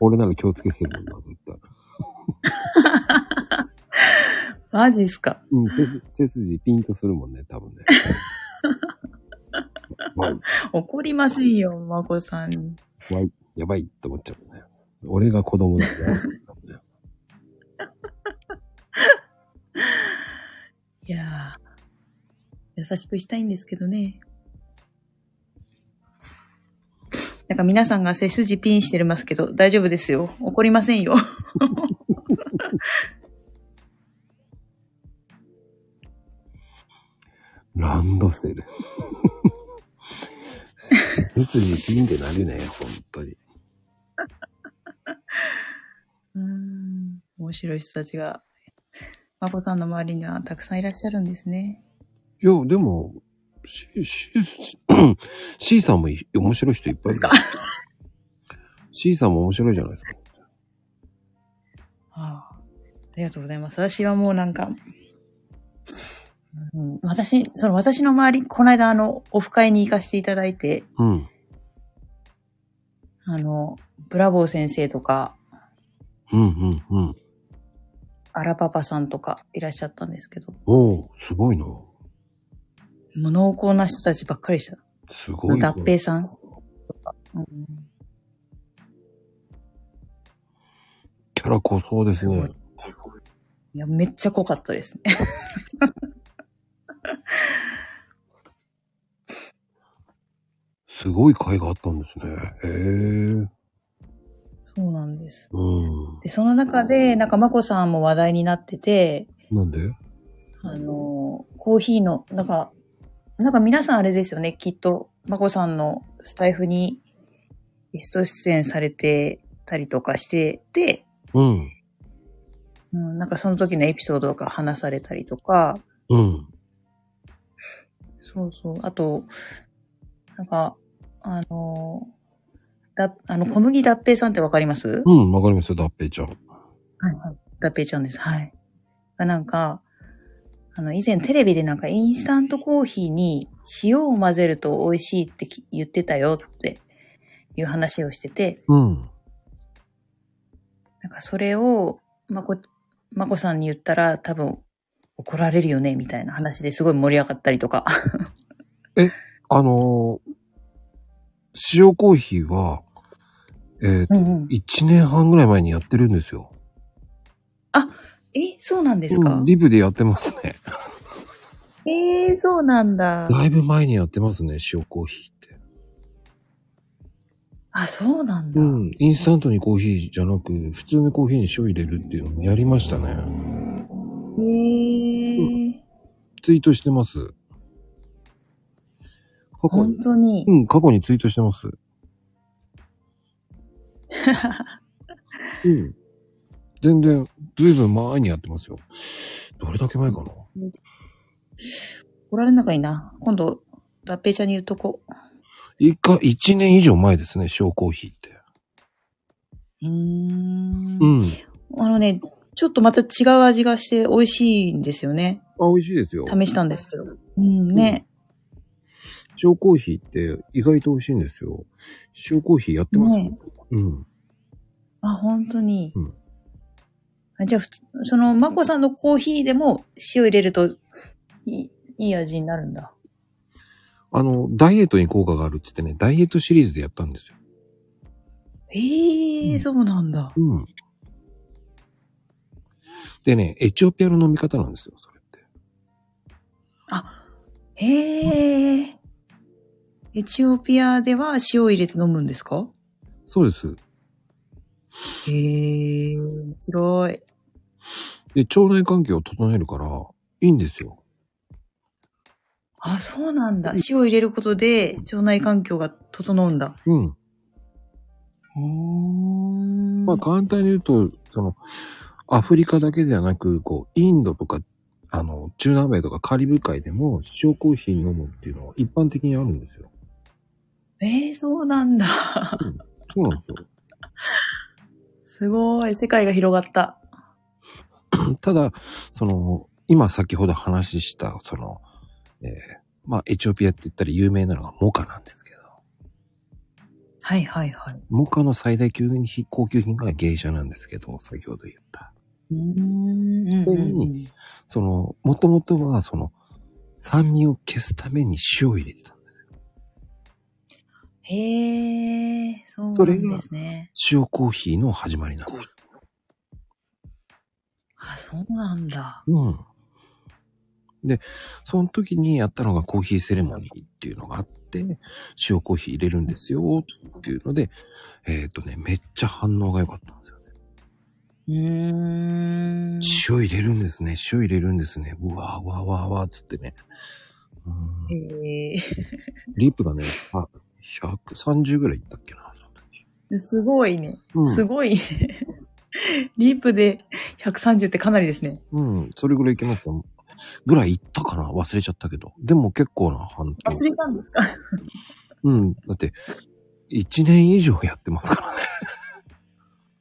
俺なら気をつけするもんな、絶対。
マジっすか
うん、背筋背筋ピンとするもんね、多分ね。わい、
怒りませんよ、まこさんに。
わい、やばいって思っちゃうね。俺が子供だから。
いやー優しくしたいんですけどね。なんか皆さんが背筋ピンしてますけど、大丈夫ですよ。怒りませんよ。
ランドセル。背筋ピンってなるね、本当に。
うーん。面白い人たちが、まこさんの周りにはたくさんいらっしゃるんですね。
いや、でも、C、C、C さんもい面白い人いっぱいいる。C さんも面白いじゃないですか。
ああ、ありがとうございます。私はもうなんか、うん、私、その私の周り、この間あの、オフ会に行かせていただいて、
うん。
あの、ブラボー先生とか、
うんうんうん。
アラパパさんとかいらっしゃったんですけど、
おおすごいな。
もう濃厚な人たちばっかりでした。
すごい。
脱平さんとかうん
キャラ濃そうですね
す。いや、めっちゃ濃かったですね。
すごい会があったんですね。へえ。
そうなんです。
うん。
で、その中で、なんか、まこさんも話題になってて、
なんで
ああの、コーヒーの、なんか、なんか皆さんあれですよね、きっと、まこさんのスタイフにゲスト出演されてたりとかしてて、
うん。
うん、なんかその時のエピソードとか話されたりとか、
うん。
そうそう、あと、なんか、あの、だ、あの、小麦脱平さんってわかります
うん、わかりますよ、だっぺいちゃん。
はいはい。だっぺーちゃんです。はい。がなんか、あの、以前テレビでなんかインスタントコーヒーに塩を混ぜると美味しいってき言ってたよっていう話をしてて、
うん。
なんかそれを、まこ、まこさんに言ったら多分怒られるよねみたいな話ですごい盛り上がったりとか。
あのー塩コーヒーは、えーと、
うんうん。
1年半ぐらい前にやってるんですよ。
え、そうなんですか、
うんリブでやってますね。
えー、そうなんだ。
だいぶ前にやってますね、塩コーヒーって。
あ、そうなんだ。
うん。インスタントにコーヒーじゃなく、普通にコーヒーに塩入れるっていうのもやりましたね。
えー、
ツイートしてます。過去
本
に、
当に
う。ん、過去にツイートして ます。うん。全然、ずいぶん前にやってますよ。どれだけ前かな
怒られないな。今度、だっぺーちゃんに言っとこう。
一回、一年以上前ですね、塩コーヒーって。
うーん
うん。
あのね、ちょっとまた違う味がして美味しいんですよね。
あ、美味しいですよ。
試したんですけど。うんね。
塩コーヒーって意外と美味しいんですよ。塩コーヒーやってますよ
ね
うん。
あ、本当に。
うん
あじゃあ、普通その、まこさんのコーヒーでも塩入れるといい、いい味になるんだ。
あの、ダイエットに効果があるって言ってね、ダイエットシリーズでやったんですよ。
へえ、
うん
そうなんだ。
うん。でね、エチオピアの飲み方なんですよ、それって。
へえ。エチオピアでは塩入れて飲むんですか
そうです。
へえ、面白い。
で、腸内環境を整えるから、いいんですよ。
あ、そうなんだ。塩入れることで腸内環境が整うんだ。
うん。
うーん。
まあ、簡単に言うと、その、アフリカだけではなく、こう、インドとか、あの、中南米とかカリブ海でも塩コーヒー飲むっていうのは一般的にあるんですよ。
えー、そうなんだ。
そうなんですよ。
すごい。世界が広がった。
ただ、その、今先ほど話した、その、えーまあ、エチオピアって言ったら有名なのがモカなんですけど、
はいはいはい。
モカの最大級に高級品が芸者なんですけど、先ほど言った。
うーん。うん
こ
う
れ
ん
にその、もともとは、その、酸味を消すために塩を入れてた。
へえ、そう
そ
な
れ
ん
が
ですね。
塩コーヒーの始まりなんです。
あ、そうなんだ。
うん。で、その時にやったのがコーヒーセレモニーっていうのがあって、塩コーヒー入れるんですよっていうので、えっ、とね、めっちゃ反応が良かったんですよ。
うーん。
塩入れるんですね、塩入れるんですね、うわーわーわーわーっつってね。うん
え
リップがね、あ130ぐらいいったっけな。その時
ー、すごいね。
うん
すごい。 リップで130ってかなりですね。
うん、それぐらいいきました。ぐらいいったかな忘れちゃったけど。でも結構な反応。
忘れたんですか
うん、だって、1年以上やってますから ね。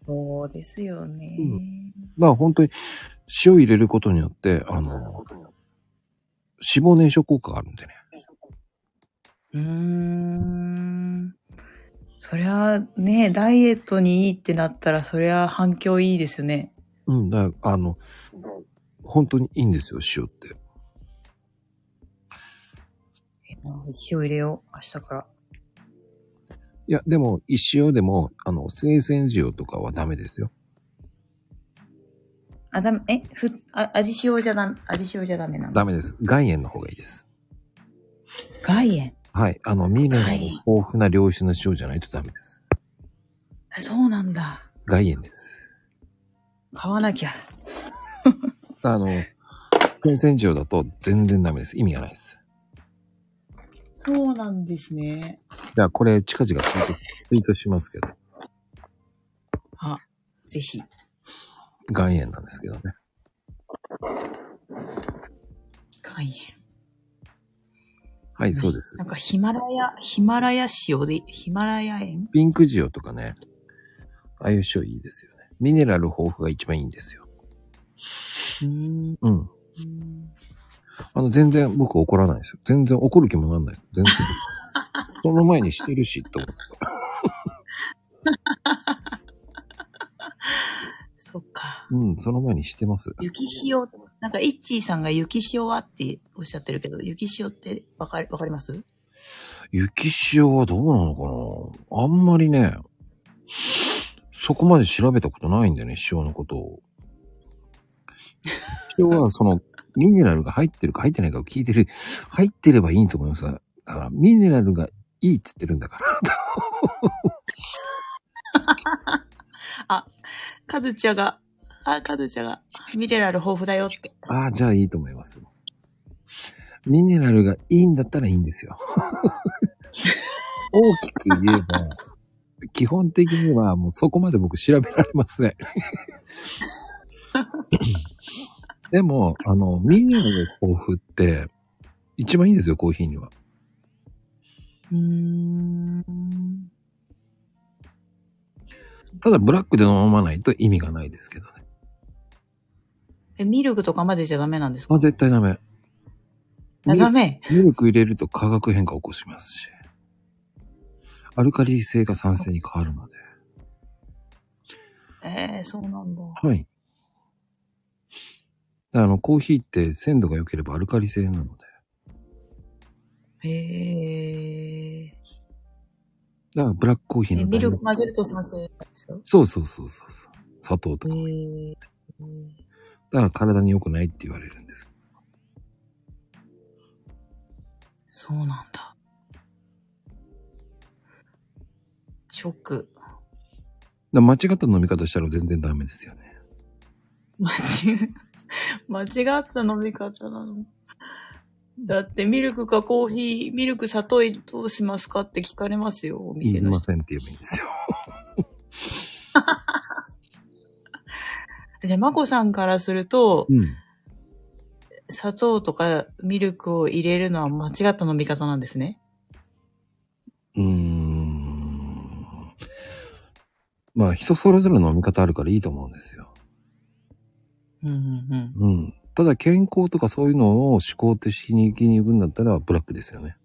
そうですよね。
うだから本当に塩入れることによって、あの、脂肪燃焼効果があるんでね。
うーん。そりゃね、ダイエットにいいってなったら、そりゃ反響いいですよね。
うん、だからあの、本当にいいんですよ、塩って。
塩入れよう、明日から。
いや、でも、塩でも、あの、生鮮塩とかはダメですよ。
あ、だめ、え、ふ、あ、味塩じゃだ、味塩じゃダメなの
ダメです。岩塩の方がいいです。
岩塩。
はい。あの、ミネラル
はい
豊富な良質な塩じゃないとダメです。
あそうなんだ。
岩塩です。
買わなきゃ。
あの、回洗浄だと全然ダメです。意味がないです。
そうなんですね。
じゃあ、これ、近々ツイート、ツイートしますけど、
あ、ぜひ。
岩塩なんですけどね。
岩塩。
はい、そうです
な。んかヒマラヤ、ヒマラヤ塩で、ヒマラヤ塩
ピンク塩とかね、ああいう塩いいですよね。ミネラル豊富が一番いいんですよ。
うーん。
うん。あの、全然僕怒らないですよ。全然怒る気もなんないです。全然。その前にしてるし、と思って。
そっか。
うん、その前にしてます。
雪塩、なんかイッチーさんが雪塩はっておっしゃってるけど、雪塩ってわかり、わかります
雪塩はどうなのかなあんまりね、そこまで調べたことないんだよね、塩のことを。塩はその、ミネラルが入ってるか入ってないかを聞いてる、入ってればいいと思います。だから、ミネラルがいいって言ってるんだから。
カズチャが、あ、カズチャが、ミネラル豊富だよって。
ああ、じゃあいいと思います。ミネラルがいいんだったらいいんですよ。大きく言えば、基本的にはもうそこまで僕調べられません。でも、あの、ミネラル豊富って一番いいんですよ、コーヒーには。
うーん。
ただブラックで飲まないと意味がないですけどね。
え、ミルクとか混ぜちゃダメなんですか
あ、絶対ダメ。
あダメ。
ミルク入れると化学変化起こしますし、アルカリ性が酸性に変わるので。
えー、そうなんだ。
はい。あの、コーヒーって鮮度が良ければアルカリ性なので。
へえ。
だからブラックコーヒー
え
の
ミ
代
ル
表
ク混ぜると酸性ですよ。
そうそうそうそうそう。砂糖と
へ
か。
え。
だから体に良くないって言われるんです。
そうなんだ。ショック。
だから間違った飲み方したら全然ダメですよね。
間違、間違った飲み方なの。だって、ミルクかコーヒー、ミルク砂糖どうしますかって聞かれますよ、お
い
店
り
の
ま
人。
せんって言えばいいんですよ。
じゃあ、まこさんからすると、
うん。
砂糖とかミルクを入れるのは間違った飲み方なんですね。
うーん。まあ人それぞれの飲み方あるからいいと思うんですよ。
うんうんうん。
うん。ただ健康とかそういうのを思考的に気に行くんだったらブラックですよね。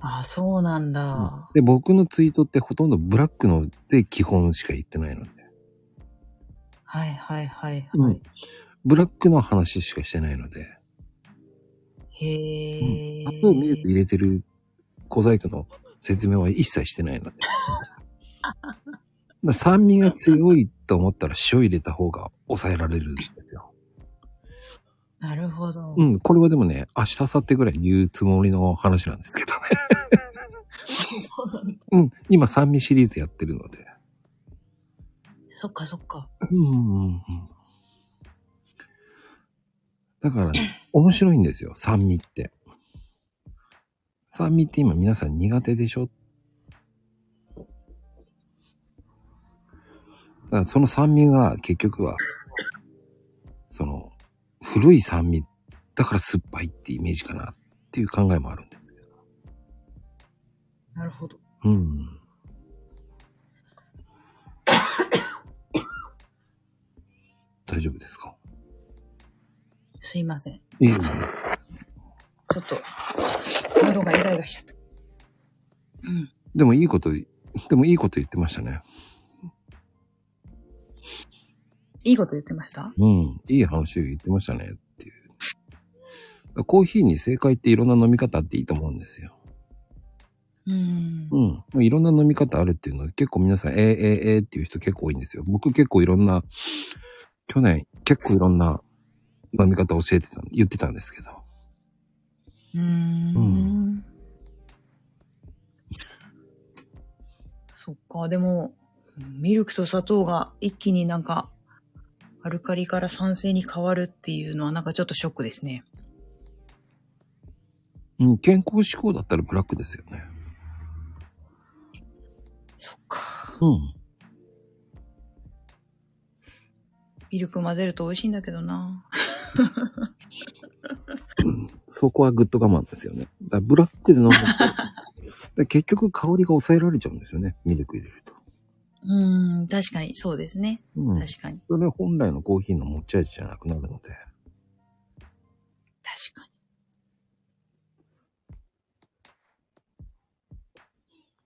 ああ、そうなんだ。
で、僕のツイートってほとんどブラックので基本しか言ってないので。
はいはいはいはい。
うんブラックの話しかしてないので。
へえ。
砂糖、ミルク入れてる小細工の説明は一切してないので。だから 酸味が強いと思ったら塩入れた方が抑えられるんですよ。
なるほど。
うん、これはでもね、明日、明後日ぐらい言うつもりの話なんですけどね。
そうなんだ。
うん、今酸味シリーズやってるので。
そっかそっか。
うんうんうんうんだからね、面白いんですよ、酸味って。酸味って今皆さん苦手でしょだからその酸味が結局は、その、古い酸味、だから酸っぱいってイメージかなっていう考えもあるんですけど。
なるほど。
うん。大丈夫ですか
すいません。ち
いいよ
ょっと、喉がイライラしちゃった。うん。
でもいいこと、でもいいこと言ってましたね。
いいこと言ってました
うん。いい話を言ってましたねっていう。コーヒーに正解っていろんな飲み方あっていいと思うんですよ。
うん
う。ん。もういろんな飲み方あるっていうのは結構皆さん、えー、えー、えー、っていう人結構多いんですよ。僕結構いろんな、去年結構いろんな飲み方教えてた、言ってたんですけど。
う。
うん
そっか、でも、ミルクと砂糖が一気になんか、あアルカリから酸性に変わるっていうのはなんかちょっとショックですね。
うん、健康志向だったらブラックですよね。
そっか。
うん。
ミルク混ぜると美味しいんだけどな。
そこはグッド我慢ですよね。だからブラックで飲むと、 だから結局香りが抑えられちゃうんですよね。ミルク入れると。
うーん、確かに、そうですね。
うん。
確かに。
それ本来のコーヒーの持ち味じゃなくなるので。
確かに。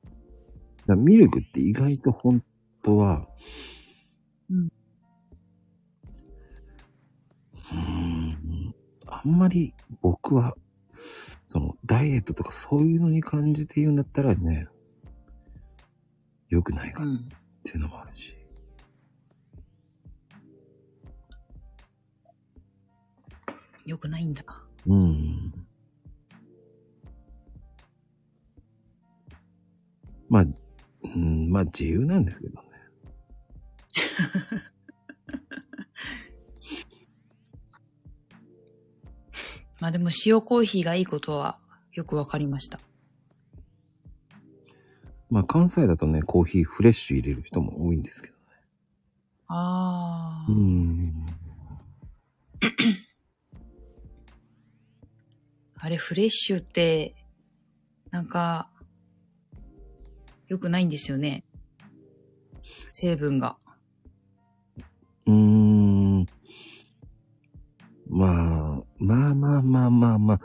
だからミルクって意外と本当は、
うん
うーんあんまり僕は、そのダイエットとかそういうのに感じて言うんだったらね、良くないか
う
っ
ん。
ていうのもあるし。
良くないんだ。
うん。まあ、うん、まあ自由なんですけどね。
まあでも塩コーヒーがいいことはよくわかりました。
まあ関西だとね、コーヒーフレッシュ入れる人も多いんですけど。
あ
う
あ。
ん。
あれ、フレッシュって、なんか、良くないんですよね。成分が。
うーん。まあ、まあまあまあまあまあ。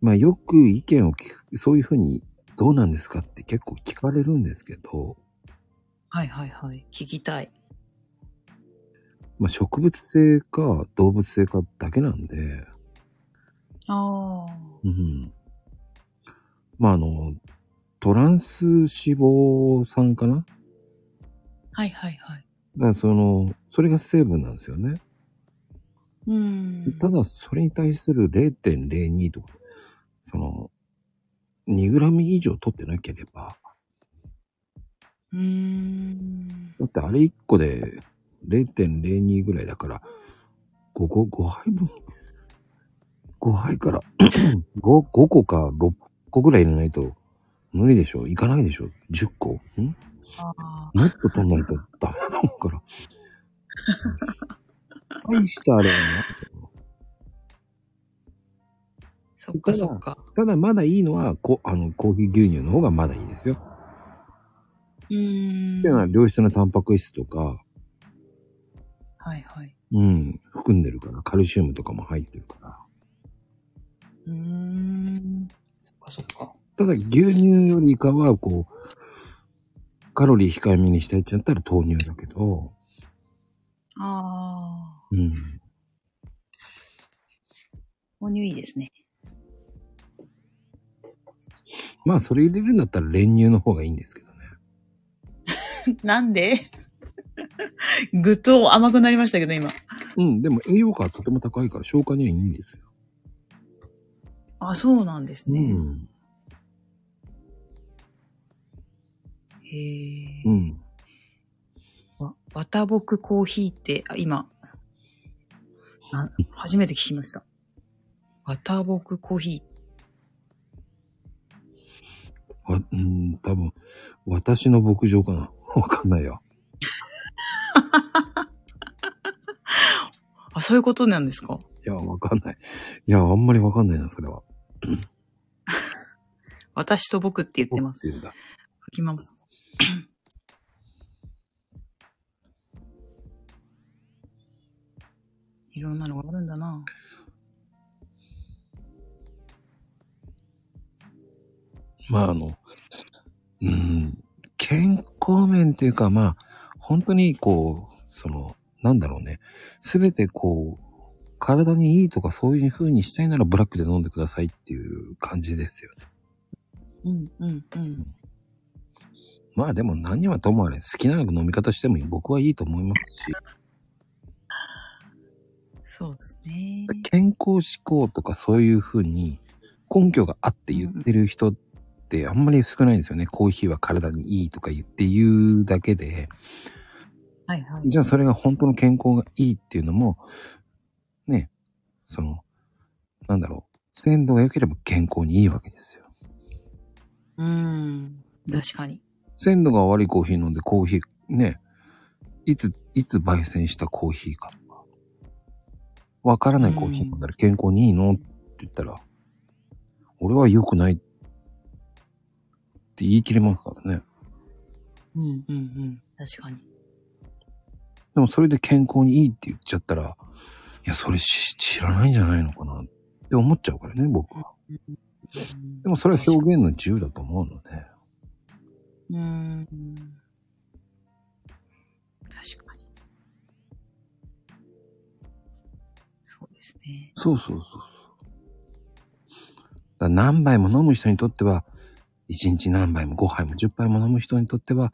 まあよく意見を聞く、そういうふうにどうなんですかって結構聞かれるんですけど、
はいはいはい。聞きたい。
まあ植物性か動物性かだけなんで、
ああ。
うん。まああの、トランス脂肪酸かな
はいはいはい。
だからその、それが成分なんですよね。
うん。
ただ、それに対する0.02とか、その、2グラム以上取ってなければ、
うーん。
だってあれ1個で0.02ぐらいだから、5個、5杯分、5杯から5、5個か6個ぐらい入れないと無理でしょいかないでしょ ?10 個ん
ああ。
もっと取んないとダメだもんから。大したあれはな。
そっかそっか。
ただまだいいのは、こあの、コーヒー牛乳の方がまだいいですよ。
うー
っていうのは
ん。
良質なタンパク質とか、
はいはい。
うん、含んでるから、カルシウムとかも入ってるから。
うーん。そっかそっか。
ただ牛乳よりかは、こう、カロリー控えめにしたいってなったら豆乳だけど、
ああ。
うん。
購入いいですね。
まあそれ入れるんだったら練乳の方がいいんですけどね。
なんで ぐっと甘くなりましたけど、今。
うん、でも栄養価はとても高いから消化にはいいんですよ。
あ、そうなんですね。
うん。
へえ、
うん。
わ、わたぼくコーヒーって、あ今、な、初めて聞きました。わたぼくコーヒ
あ、うん、多分、私の牧場かな。 わかんないよ。
ー。あ、そういうことなんですか
いや、わかんない。いや、あんまりわかんないな、それは。
私と僕って言ってます。
言うんだ。
秋ママさん。 いろんなのがあるんだな。
まあ、あの、うん、健康面というか、まあ、本当にこう、その、なんだろうね。すべてこう、体にいいとかそういう風にしたいならブラックで飲んでくださいっていう感じですよね。
うん、うん、うん。
まあでも何はともあれ好きな飲み方しても僕はいいと思いますし、
そうですね。
健康志向とかそういう風に根拠があって言ってる人ってあんまり少ないんですよね。コーヒーは体にいいとか言って言うだけで、
はいはい。
じゃあそれが本当の健康がいいっていうのも、ね、その、なんだろう、鮮度が良ければ健康にいいわけですよ。
うーん。確かに。
鮮度が悪いコーヒー飲んでコーヒー、ね、いつ、いつ焙煎したコーヒーかとか、わからないコーヒー飲んだら健康にいいのって言ったら、俺は良くないって言い切れますからね。
うんうんうん。確かに。
でもそれで健康にいいって言っちゃったら、いや、それし知らないんじゃないのかなって思っちゃうからね、僕は。でもそれは表現の自由だと思うので。
うーん。確かに。そうですね。
そうそうそうそう。だから何杯も飲む人にとっては、1日何杯も5杯も10杯も飲む人にとっては、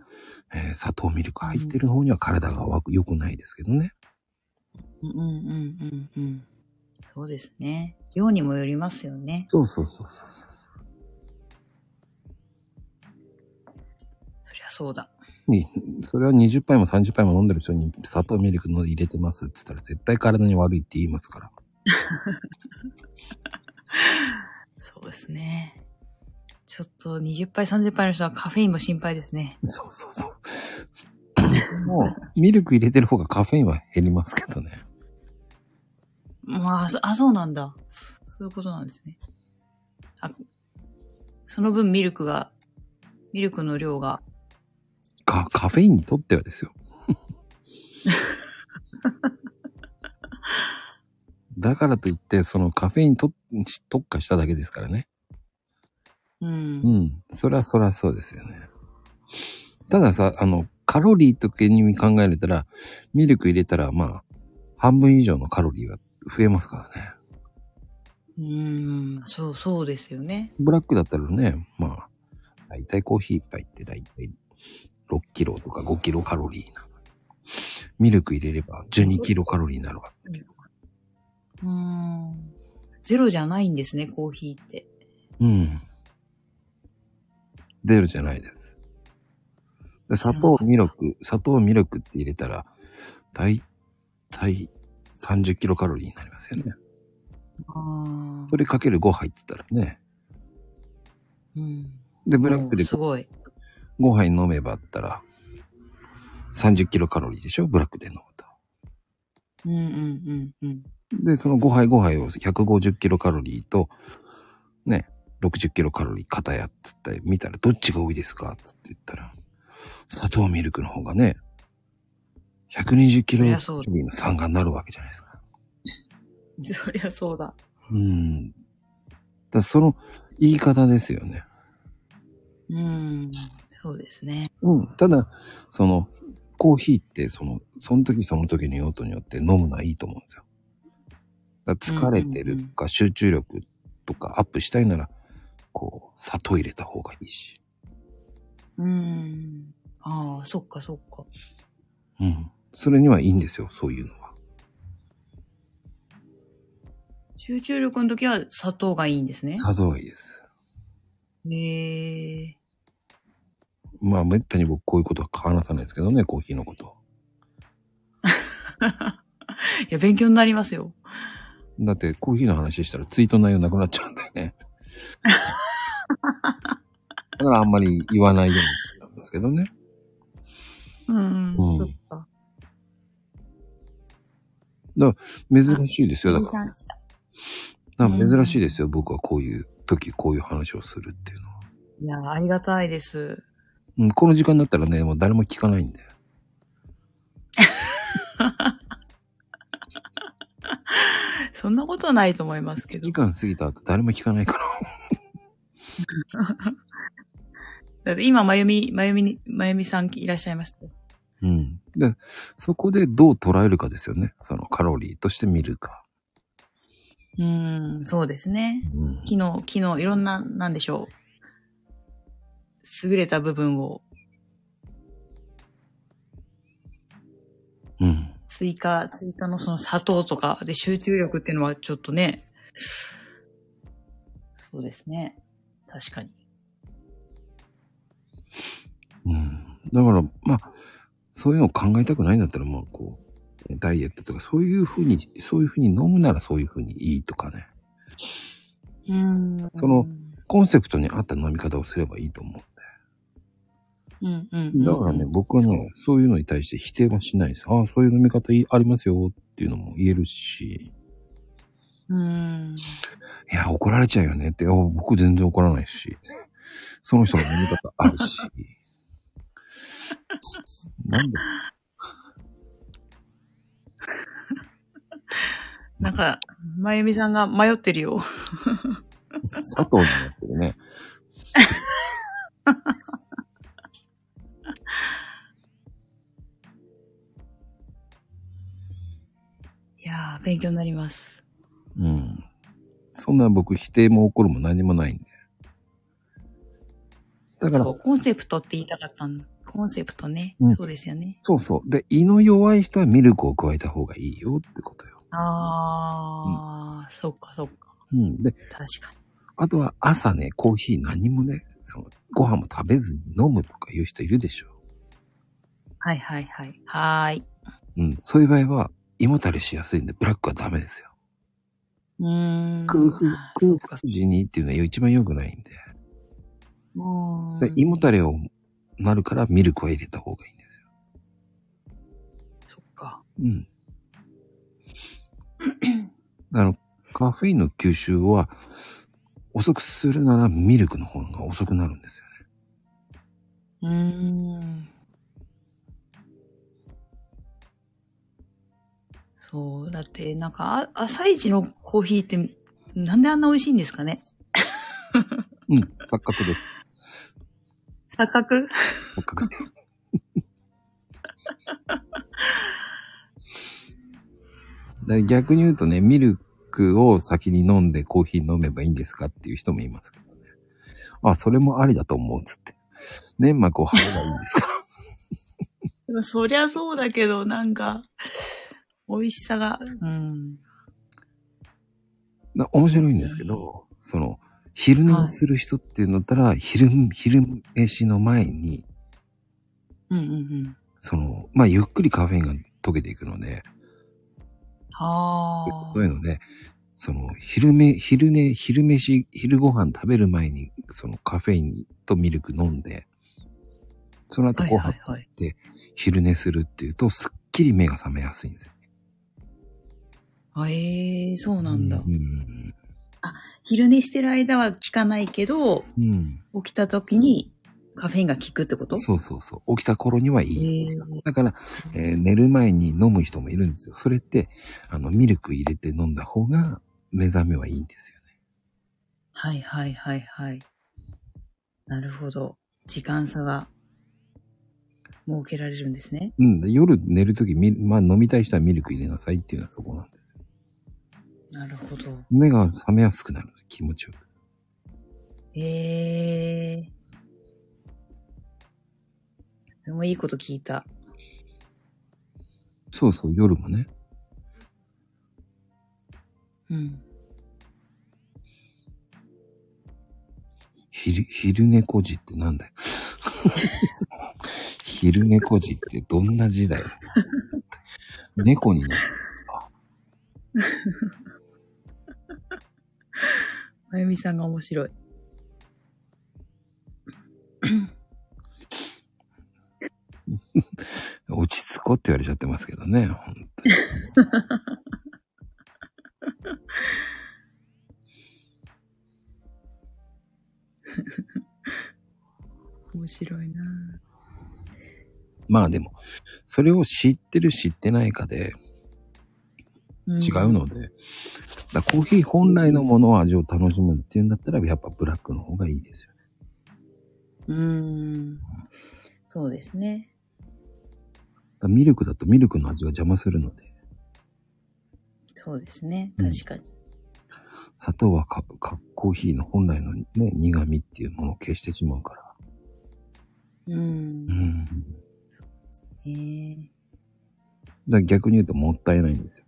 えー砂糖ミルク入ってる方には体がわく良くないですけどね。
うんうんうんうんうん。そうですね。量にもよりますよね。
そうそうそうそう。
そりゃそうだ。
にそれは20杯も30杯も飲んでる人に砂糖ミルクの入れてますって言ったら絶対体に悪いって言いますから。
そうですね。ちょっと20杯30杯の人はカフェインも心配ですね。
そうそうそう。もう、ミルク入れてる方がカフェインは減りますけどね。
まあ、そあ、そうなんだ。そういうことなんですね。あ、その分ミルクが、ミルクの量が、
か、カフェインにとってはですよ。だからといって、そのカフェインとし特化しただけですからね。
うん。
うん。そりゃそりゃそうですよね。たださ、あの、カロリーとけに考えれたら、ミルク入れたら、まあ、半分以上のカロリーは増えますからね。
うーん、そう、そうですよね。
ブラックだったらね、まあ、だいたいコーヒー一杯ってだいたい6キロとか5キロカロリーなのに。ミルク入れれば12キロカロリーになるわ。
うーん。ゼロじゃないんですね、コーヒーって。
うん。出るじゃないです。で砂糖、ミルク、砂糖、ミルクって入れたら、だいたい30キロカロリーになりますよね。
ああ
そ。れかける5杯って言ったらね。
うん。
で、ブラック
もう
です
ごい。
5杯飲めばったら、30キロカロリーでしょブラックで飲むと。
うんうんうんうん。
で、その5杯5杯を150キロカロリーと、ね、60キロカロリー片やっつって見たらどっちが多いですかつって言ったら、砂糖ミルクの方がね、120キロカロ
そりゃそう
リーの酸がなるわけじゃないですか。
そりゃそうだ。
うん。だからその言い方ですよね。
うん。そうですね。
うん。ただ、その、コーヒーって、その、その時その時の用途によって飲むのはいいと思うんですよ。だから疲れてるとか、集中力とかアップしたいなら、こう、砂糖入れた方がいいし。
うん。ああ、そっかそっか。
うん。それにはいいんですよ、そういうのは。
集中力の時は砂糖がいいんですね。
砂糖がいいです。
へえ。
まあ、めったに僕こういうことは話さないですけどね、コーヒーのこと。
いや、勉強になりますよ。
だって、コーヒーの話したらツイートの内容なくなっちゃうんだよ ね。だからあんまり言わないようにしてたんですけどね。
うん。
うん
そっか。
珍しいですよ、だ
お
か
じ
ら。
さん来た。
なんか珍しいですよ、僕はこういう時こういう話をするっていうのは。
いや、ありがたいです。
うん、この時間になったらね、もう誰も聞かないんで。
そんなことはないと思いますけど
時。間過ぎた後誰も聞かないから。
だって今、まゆみ、まゆみに、まゆみさんいらっしゃいましたよ。
うん。で、そこでどう捉えるかですよね。そのカロリーとして見るか。
うん、そうですね。
うん。
昨日、昨日、いろんな、なんでしょう。優れた部分を
うん。
追加、追加のその砂糖とかで集中力っていうのはちょっとね。そうですね。確かに。
うん。だから、まあ、そういうのを考えたくないんだったら、まあこう、ダイエットとか、そういうふうに、そういうふうに飲むならそういうふうにいいとかね。
うん。
その、コンセプトに合った飲み方をすればいいと思
うんうん
う。
うん。
だからね、僕はね、そういうのに対して否定はしないです。ああ、そういう飲み方いありますよっていうのも言えるし、
うん。
いや、怒られちゃうよねって、いや僕全然怒らないし、その人の飲み方あるし、なんで、
なんか、まゆみさんが迷ってるよ。
佐藤なんですけどね。
いやー、勉強になります。
うん。そんな僕否定も怒るも何もないんで。だから、
そ
そう
う、コンセプトって言いたかったんコンセプトね。
うん
そうですよね。
そうで、胃の弱い人はミルクを加えた方がいいよってことよ。
あー、そっかそっか。
うん。で、
確かに。
あとは朝ね、コーヒー何もね、そのご飯も食べずに飲むとかいう人いるでしょ。
はいはいはい。はーい。
うん。そういう場合は、胃もたれしやすいんで、ブラックはダメですよ。
うーん。
空腹
あーそっかそっか。
時にっていうのは一番良くないんで。
うーん
で胃もたれをなるからミルクは入れた方がいいんだよ。
そっか。
うん。 あの、カフェインの吸収は、遅くするならミルクの方が遅くなるんですよね。
うーん。そう、だって、なんか、あ朝一のコーヒーって、なんであんな美味しいんですかね
うん、錯覚です。
錯覚
錯覚です。だから逆に言うとね、ミルクを先に飲んでコーヒー飲めばいいんですかっていう人もいますけどね。あ、それもありだと思うっつって。粘膜を張ればいいんですか
そりゃそうだけど、なんか、美味しさが、うん。
な面白いんですけど、その、昼寝をする人っていうんだったら、昼、昼飯の前に、
うんうんうん。
その、まあ、ゆっくりカフェインが溶けていくので、
は
そういうので、その、昼め、昼寝、昼飯、昼ご飯食べる前に、そのカフェインとミルク飲んで、その後
あ。はい
ご
は
飯
い、はい。
昼寝するっていうと、すっきり目が覚めやすいんですよ。
あえー、そうなんだ。
うん。
昼寝してる間は効かないけど、
うん。
起きた時にカフェインが効くってこと
そうそうそう。起きた頃にはいい。
えー
だから、えー寝る前に飲む人もいるんですよ。それって、あの、ミルク入れて飲んだ方が目覚めはいいんですよね。
はいはいはいはい。なるほど。時間差が設けられるんですね。
うん。で夜寝るとき、みまあ飲みたい人はミルク入れなさいっていうのはそこなんで。
なるほど。
目が覚めやすくなる。気持ちよく。
ええー。でもいいこと聞いた。
そうそう、夜もね。
うん。
昼、昼猫時ってなんだよ。 昼猫時ってどんな時代 猫になる。
まゆみさんが面白い。
落ち着こうって言われちゃってますけどね。ほんとに
面白いな
まあでも、それを知ってる知ってないかで、
うん
違う。ので、だからコーヒー本来のものを味を楽しむっていうんだったら、やっぱブラックの方がいいですよね。
うーん。そうですね。
だからミルクだとミルクの味が邪魔するので、
そうですね。
うん
確かに。
砂糖はかかコーヒーの本来のね、苦味っていうものを消してしまうから。
うん。
うん。だか
ええ
ら逆に言うともったいないんですよ。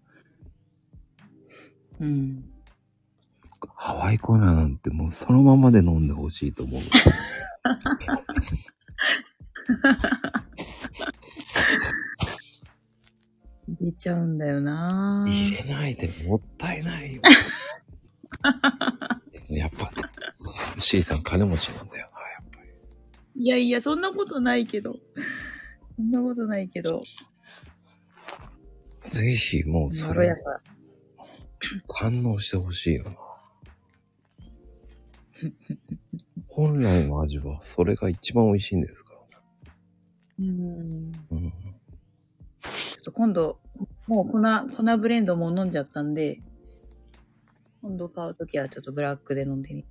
うん。
ハワイコーナーなんてもうそのままで飲んでほしいと思う。
入れちゃうんだよなぁ
入れないでもったいないよ。でもやっぱ、C さん金持ちなんだよな、やっぱり。
いやいや、そんなことないけど。そんなことないけど。
ぜひ、もうそ
まろ
れ
や
を
か。
堪能してほしいよな。本来の味は、それが一番美味しいんですから。
うん。
うん、
ちょっと今度、もう粉、粉ブレンドも飲んじゃったんで、今度買うときはちょっとブラックで飲んでみ。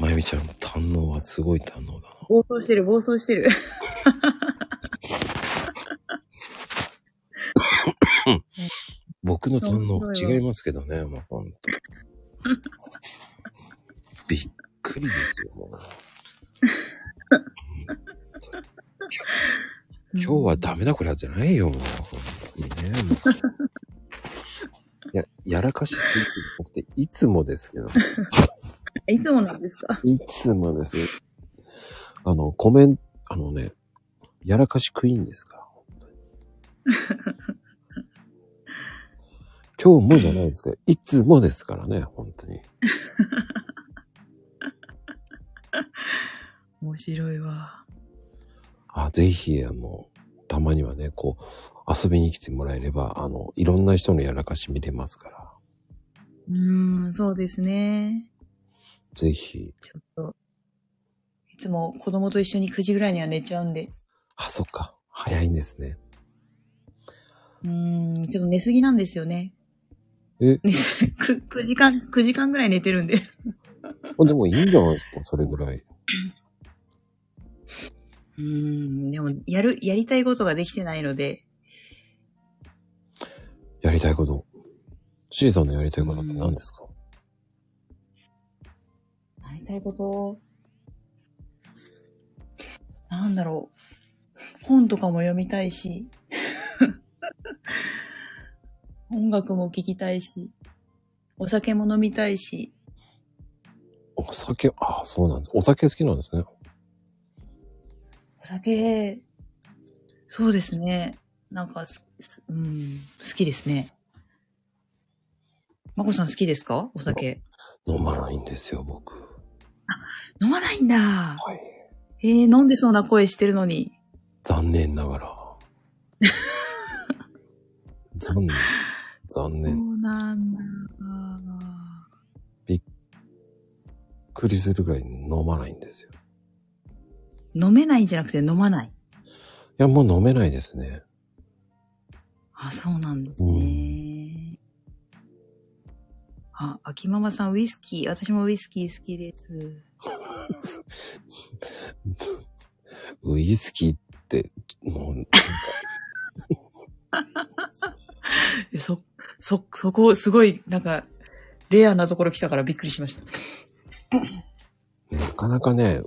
まゆみちゃん、堪能はすごい堪能だな。
暴走してる、暴走してる。
僕の堪能は
面白いわ
違いますけどね、もうほんと。 びっくりですよ、もう。今日はダメだこりゃじゃないよ、もう。本当にね。もういや、やらかしすぎてなくて、いつもですけど。
うん。いつもなんですか
いつもです。あの、コメン、あのね、やらかしクイーンですから、本当に 今日もじゃないですけど、いつもですからね、本当に。
面白いわ。
あ、ぜひ、あの、たまにはね、こう、遊びに来てもらえれば、あの、いろんな人のやらかし見れますから、
うーん、そうですね。
ぜひ、
ちょっと。いつも子供と一緒に9時ぐらいには寝ちゃうんで。
あ、そっか、早いんですね。
うーん、ちょっと寝すぎなんですよね。
え、
寝す 9, 9時間、9時間ぐらい寝てるんで。
あでもいいんじゃないですか、それぐらい。
うーん、でも、やる、やりたいことができてないので、
やりたいこと。C さんのやりたいことって何ですか、
やりたいこと、なんだろう。本とかも読みたいし、 音楽も聴きたいし、お酒も飲みたいし、
お酒、ああ、そうなんです。お酒好きなんですね。
お酒、そうですね。なんかす、すうん、好きですね。まこさん好きですかお酒。
飲まないんですよ、僕。
飲まないんだ。
はい。
えー、飲んでそうな声してるのに。
残念ながら。残念。残
そ
念。びっ
うなんだ。
くりするぐらい飲まないんですよ。
飲めないんじゃなくて飲まない。
いや、もう飲めないですね。
あ、そうなんですね。あ、秋ママさん、ウイスキー。私もウイスキー好きです。
ウイスキーって、もう、
そ、そ、そこ、すごい、なんか、レアなところ来たからびっくりしました。
なかなかね、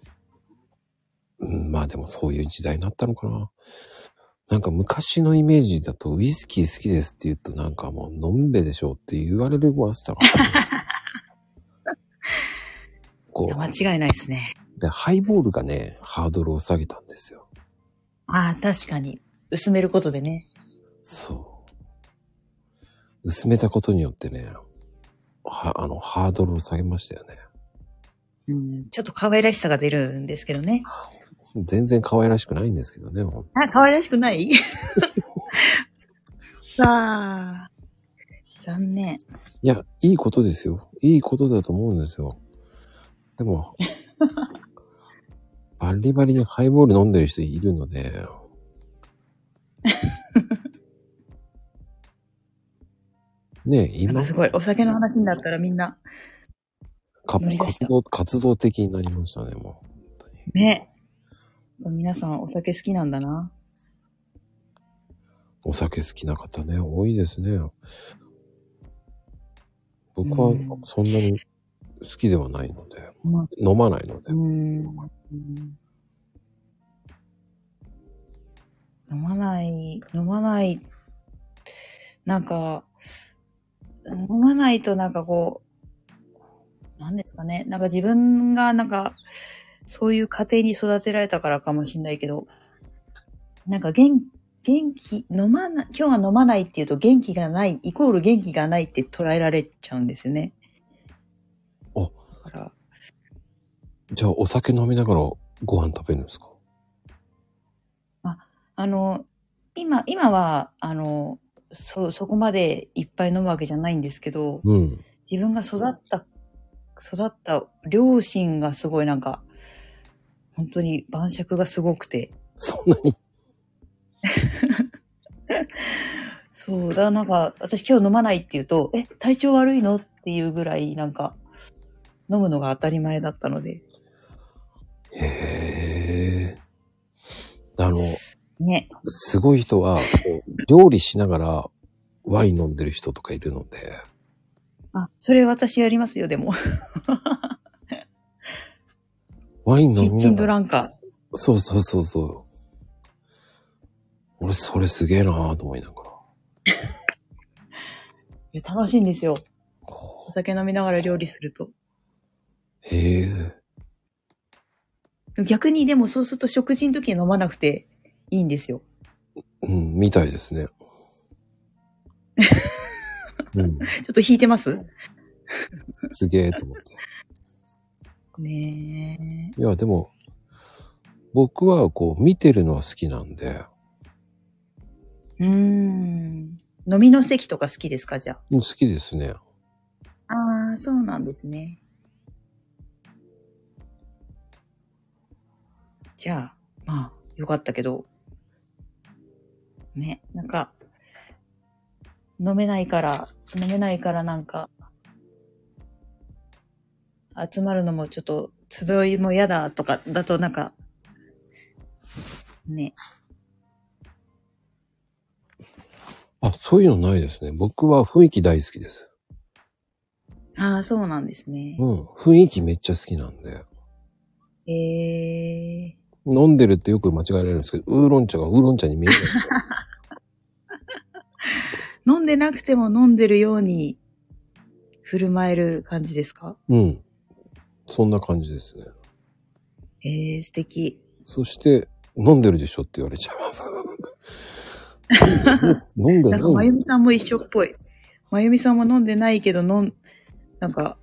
うんまあでもそういう時代になったのかな。なんか昔のイメージだとウイスキー好きですって言うとなんかもう飲んべでしょうって言われるましたから、ね。こ
間
う
違いないですね。
で、ハイボールがね、ハードルを下げたんですよ。
ああ、確かに。薄めることでね。
そう。薄めたことによってね、はあの、ハードルを下げましたよね。
うん、ちょっと可愛らしさが出るんですけどね。
全然可愛らしくないんですけどね、ほん
あ、可愛らしくない さあ、残念。
いや、いいことですよ。いいことだと思うんですよ。で も、バリバリにハイボール飲んでる人いるので、 ねえ、
なん
今
か、すごい。お酒の話になったらみんな、
活
乗り出した
動、活動的になりましたね、もう。本当に
ね。皆さんお酒好きなんだな。
お酒好きな方ね、多いですね。僕は
うん
そんなに好きではないので、
まあ
飲まないので
うー。ん。飲まない、飲まない。なんか、飲まないとなんかこう、なんですかね。なんか自分がなんか、そういう家庭に育てられたからかもしんないけど、なんか元、元気、飲まな、今日は飲まないっていうと元気がない、イコール元気がないって捉えられちゃうんですよね。
お
だから、
じゃあお酒飲みながらご飯食べるんですか
あの、今、今は、あの、そ、そこまでいっぱい飲むわけじゃないんですけど、
うん。
自分が育った、育った両親がすごいなんか、本当に晩酌がすごくて。
そんなに。
そう、だからなんか、私今日飲まないって言うと、え、体調悪いのっていうぐらいなんか、飲むのが当たり前だったので。
へえ。あの、
ね。
すごい人は、こう料理しながらワイン飲んでる人とかいるので、
あ、それ私やりますよ、でも。
ワイン
キ
飲
ッ
み
チ
な
ン
が
ド
ら。
ランカ
そうそうそうそう。俺、それすげえなぁと思いながら。
ー。いや楽しいんですよ。
こ
お酒飲みながら料理すると。
うへえ。
逆にでもそうすると食事の時は飲まなくていいんですよ。
うん、みたいです ね。うん、
ちょっと引いてます
すげえと思って。
ね
いや、でも、僕はこう、見てるのは好きなんで、
え。うーん。飲みの席とか好きですかじゃ
うん好きですね。
あ。ああ、そうなんですね。じゃあ、まあ、よかったけど。ね、なんか、飲めないから、飲めないからなんか、集まるのもちょっと、集いも嫌だとか、だとなんか、ね、
あ、そういうのないですね。僕は雰囲気大好きです。
ああ、そうなんですね。
うん、雰囲気めっちゃ好きなんで。
ええ
飲んでるってよく間違えられるんですけど、ウーロン茶がウーロン茶に見えない。
飲んでなくても飲んでるように振る舞える感じですか
うん。そんな感じですね。
ええ素敵。
そして、飲んでるでしょって言われちゃいます。 飲んでな
な
い
んか、まゆ
の
みさんも一緒っぽい。まゆみさんも飲んでないけど、飲ん、なんか、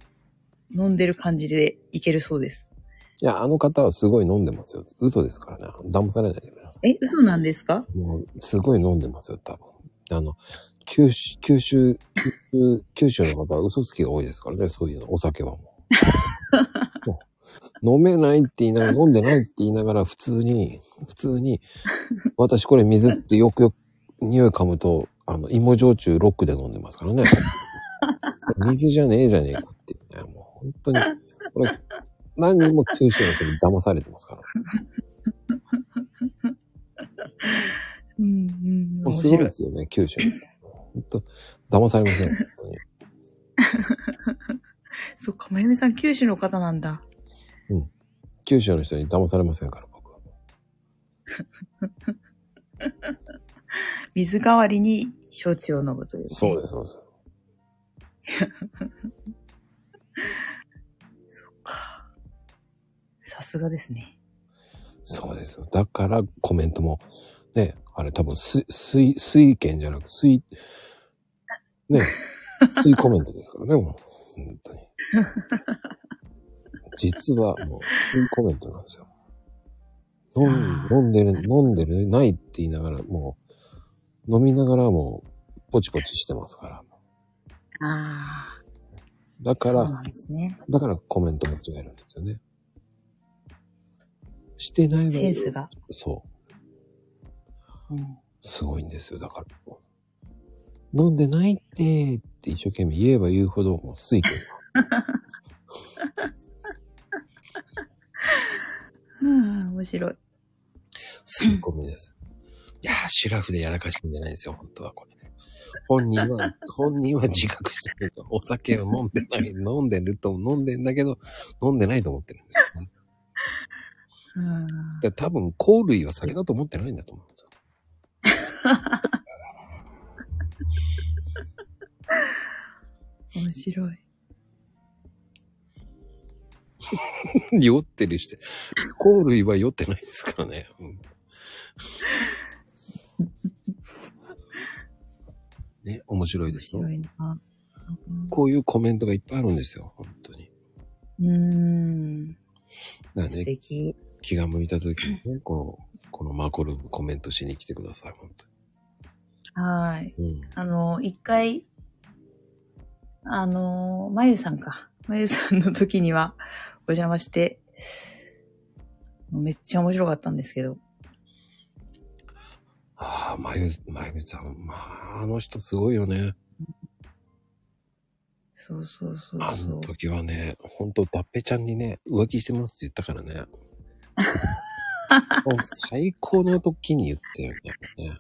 飲んでる感じでいけるそうです。
いや、あの方はすごい飲んでますよ。嘘ですからね。騙されないでくださ
え、嘘なんですか
い。もう、すごい飲んでますよ、多分。あの、九州、九州、九州九州の方は嘘つきが多いですからね、そういうの、お酒はもう。そう飲めないって言いながら、飲んでないって言いながら、普通に、普通に、私これ水ってよくよく匂い噛むと、あの、芋焼酎ロックで飲んでますからね。水じゃねえじゃねえかっていうね。もう本当に、これ、何人も九州の人に騙されてますから。
うん、うん、
もうす
面
ごい
白い
で。すよね、九州。本当騙されません、本当に。
そっか、まゆみさん九州の方なんだ。
九州の人に騙されませんから、僕は。
水代わりに焼酎を飲むという、
そう
で
です、そうです。
す。そっか。さすがですね。
そうですよ。だからコメントも、ね、あれ多分、水、水、水券じゃなく、水、 ね、水コメントですからね、もう。本当に。実はもう、水コメントなんですよ。飲
あ
ん
ー
飲んでる、飲んでる、ないって言いながら、もう、飲みながらもう、ポチポチしてますから。
ああ、
だか
そう
ら、
なんですね。
だからコメント間違えるんですよね。してないの
セン
に、
スが。
そう。
うん
すごいんですよ。だから、飲んでないって、って一生懸命言えば言うほど、もう水 分が。
うん、面白い。
吸い込みです。いやー、シュラフでやらかしてんじゃないんですよ、本当はこれね。本人 は、本人は自覚してるんですよ。お酒を飲んでない、飲んでると、飲んでんだけど、飲んでないと思ってるんですよ、ね。
うん
で多分、香類は酒だと思ってないんだと思うんですよ。
面白い。
酔ってるして。コールイは酔ってないですからね。うんね、面白いですよ
面白。いな。
こういうコメントがいっぱいあるんですよ、本当に。
うーん。
だから
素
ね、
敵。
気が向いた時にね、この、このマコルームコメントしに来てください、本
はい。
当に。うん。
あの、一回、あの、まゆさんか。まゆさんの時にはお邪魔して、めっちゃ面白かったんですけど。
ああ、まゆ、まゆみさん、まあ、あの人すごいよね。
そうそうそう
あ
そ
の
う。
時はね、ほんと、だっぺちゃんにね、浮気してますって言ったからね。 もう最高の時に言ったよね。
いや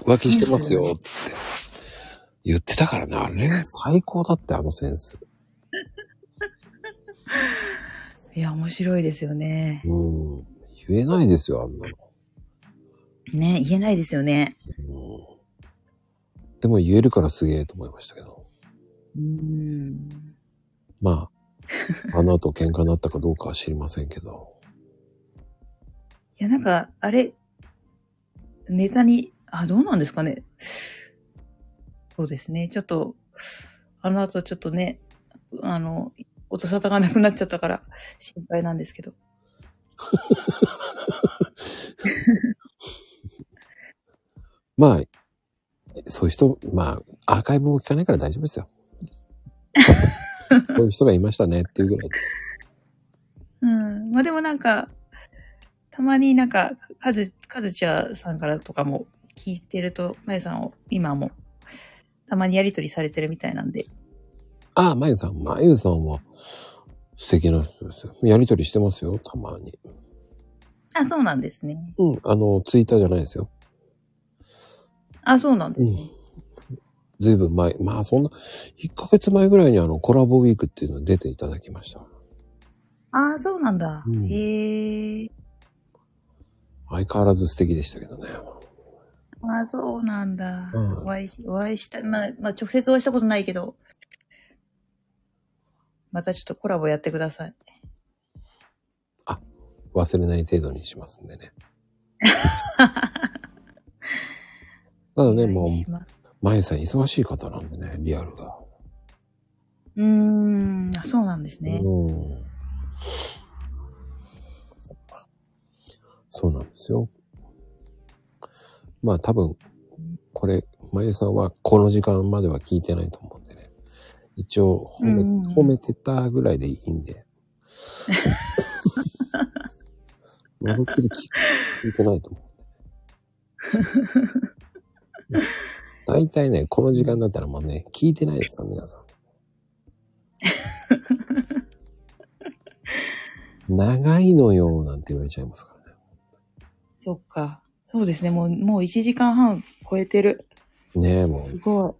浮気してますよ、つって。言ってたからね、あれが最高だって、あのセンス。
ーいや、面白いですよね。
うん。言えないですよ、あんなの。
ね、言えないですよね。
うん、でも言えるからすげえと思いましたけど。
うーん。
ま あ、あの後喧嘩になったかどうかは知りませんけど。
いや、なんか、あれ、ネタに、あ、どうなんですかね。そうですね。ちょっと、あの後ちょっとね、あの、音沙汰がなくなっちゃったから心配なんですけど。
まあ、そういう人、まあ、アーカイブも聞かないから大丈夫 ですよ。そういう人がいましたねっていうぐらいで。
うん。まあ、でもなんか、たまになんか、かず、かずちゃさんからとかも聞いてると、まゆさんを今も、たまにやりとりされてるみたいなんで。
ああ、まゆさん、まゆさんは素敵な人ですよ。やりとりしてますよ、たまに。
あ、そうなんですね。
うん、あの、ツイッターじゃないですよ。
あ、そうなんです。
うん。ずいぶん前、まあそんな、1ヶ月前ぐらいにあの、コラボウィークっていうのに出ていただきました。
あ、そうなんだ。
うん
へえ。
相変わらず素敵でしたけどね。
まあそうなんだ。
うん
お会いし、お会いした、まあ、まあ直接お会いしたことないけど、またちょっとコラボやってください。
忘れない程度にしますんで ね。ただね、
お
も
願いうし、ます
まゆさん忙しい方なんでね、リアルが。
うーん、あそうなんですね。
うん。そうなんですよ。まあ多分、これ、まゆさんはこの時間までは聞いてないと思うんでね。一応、褒め、
うんうんうん
褒めてたぐらいでいいん で。戻ってる聞聞いてないと思うんで。大体ね、この時間になったらもうね、聞いてないですから、皆 さん。長いのよ、なんて言われちゃいますから
そっか。そうですね。もう、もう1時間半超えてる。
ね。ねえ、も
す
う、
ごい。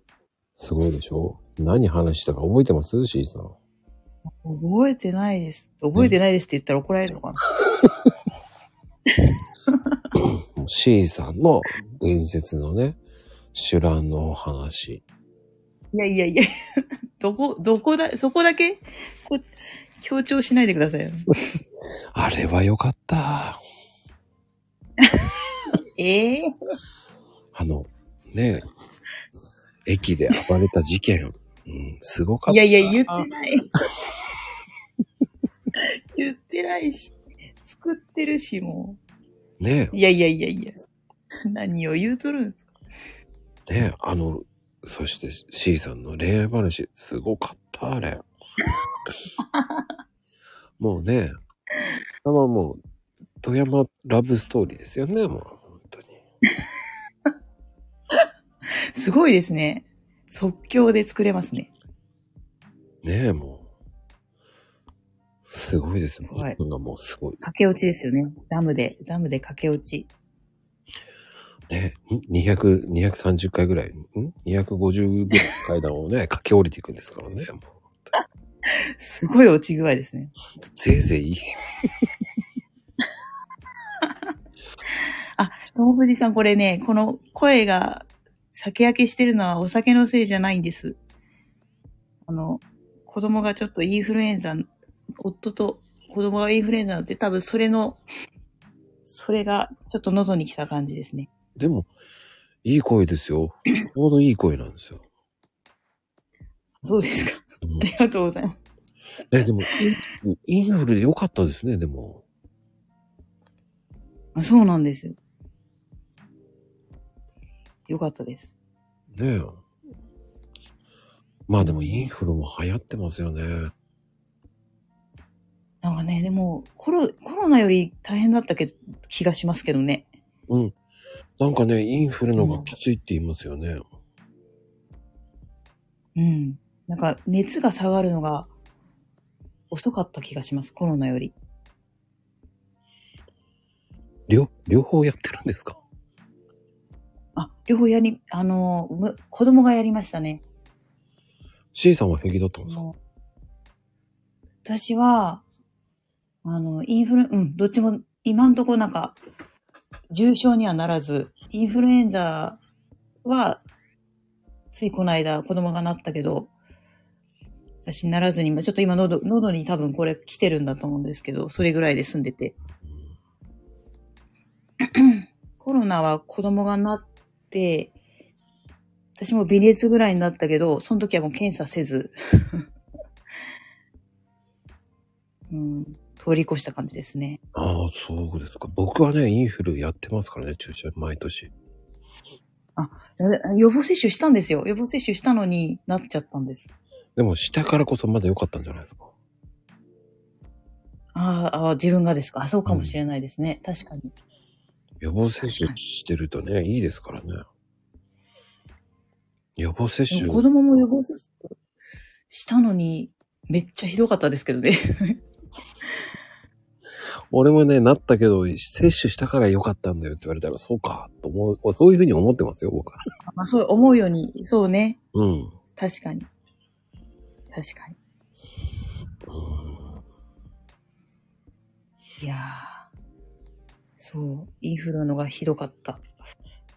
すごいでしょ何話したか覚えてます ?C さん。
覚えてないです。覚えてないですって言ったら怒られるのかな。
もう C さんの伝説のね、手乱のお話。
いやいやいや。どこ、どこだ、そこだけこ強調しないでください よ。
あれは良かった。
ええ
あの、ねえ、駅で暴れた事件。うん、すごかっ
い
た。
やいや、言ってない。 言ってないし、作ってるし、も
ね
う。いやいやいやいや。何を言うとるんですか
え、ねえ、あの、そして C さんの恋愛話、すごかった、あ れ。もうね、まあもう、富山ラブストーリーですよね、もう、本当に。
すごいですね。即興で作れますね。
ねえ、もう。すごいですよ。
はい
自分がもうすごい。
駆け落ちですよね。ダムで、ダムで駆け落ち。
ねえ、200、230回ぐらい、ん ?250 ぐらいの階段をね、駆 け下りていくんですからね。も
すごい落ち具合ですね。
うぜいぜい。
あ、ともふじさんこれね、この声が、酒焼けしてるのはお酒のせいじゃないんです。あの、子供がちょっとインフルエンザ、夫と子供がインフルエンザになって多分それの、それがちょっと喉に来た感じですね。
でも、いい声ですよ。ちょうどいい声なんですよ。
そうですか。
うん
ありがとうございます。
え、でも、インインフルで良かったですね、でも。
あそうなんですよ。よかったです。
ねえ。まあでもインフルも流行ってますよね。
なんかね、でも、コロ、コロナより大変だったけど、気がしますけどね。
うん。なんかね、インフルのがきついって言いますよね。
うん。なんか、熱が下がるのが、遅かった気がします、コロナより。
両、両方やってるんですか
あ、両方やり、あの、む子供がやりましたね。
?C さんは平気だったん
あ
ですか
の私は、あの、インフル、うん、どっちも、今んとこなんか、重症にはならず、インフルエンザは、ついこの間子供がなったけど、私ならずに、まあちょっと今喉、喉に多分これ来てるんだと思うんですけど、それぐらいで済んでて。 コロナは子供がなって、私も微熱ぐらいになったけど、その時はもう検査せず、うん、通り越した感じですね。
ああ、そうですか。僕はね、インフルやってますからね、注射、毎年。
え予防接種したんですよ。予防接種したのになっちゃったんです。
でも、下からこそまだ良かったんじゃないですか。
あーあー、自分がですか。あそうかもしれないですね。確かに。
予防接
確
種
か
してるとね、いいですからね。予防接
で
種
も、子供も予防接種したのに、めっちゃひどかったですけどね。
俺もね、なったけど、接種したから良かったんだよって言われたら、そうか、と思う、そういうふうに思ってますよ、僕は。
まあそう思うように、そうね。
うん。
確かに。確かに。いやー。そう。インフルのがひどかった。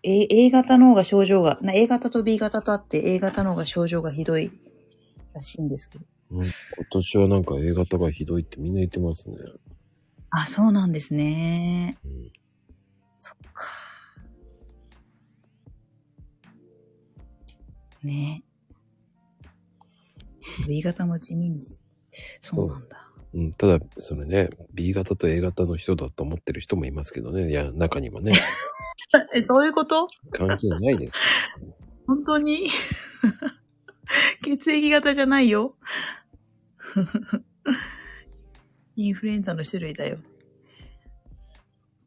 A, A 型の方が症状が、な A 型と B 型とあって A 型の方が症状がひどいらしいんですけど。
うん今年はなんか A 型がひどいってみんな言ってますね。
あ、そうなんですね。
うん
そっか。ね B 型も地味に。そうなんだ。
うん、ただ、それね、B 型と A 型の人だと思ってる人もいますけどね。いや、中にはね、
え、そういうこと
関係ないです。
本当に 血液型じゃないよ。 インフルエンザの種類だよ。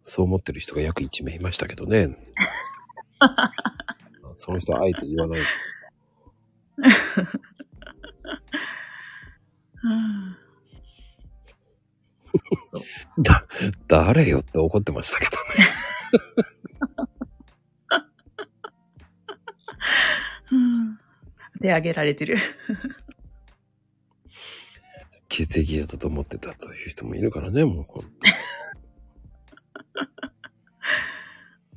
そう思ってる人が約1名いましたけどね。 その人はあえて言わない。
うん
だ、誰よって怒ってましたけどね。
うん手挙げられてる。
血液型と思ってたという人もいるからね、もうこ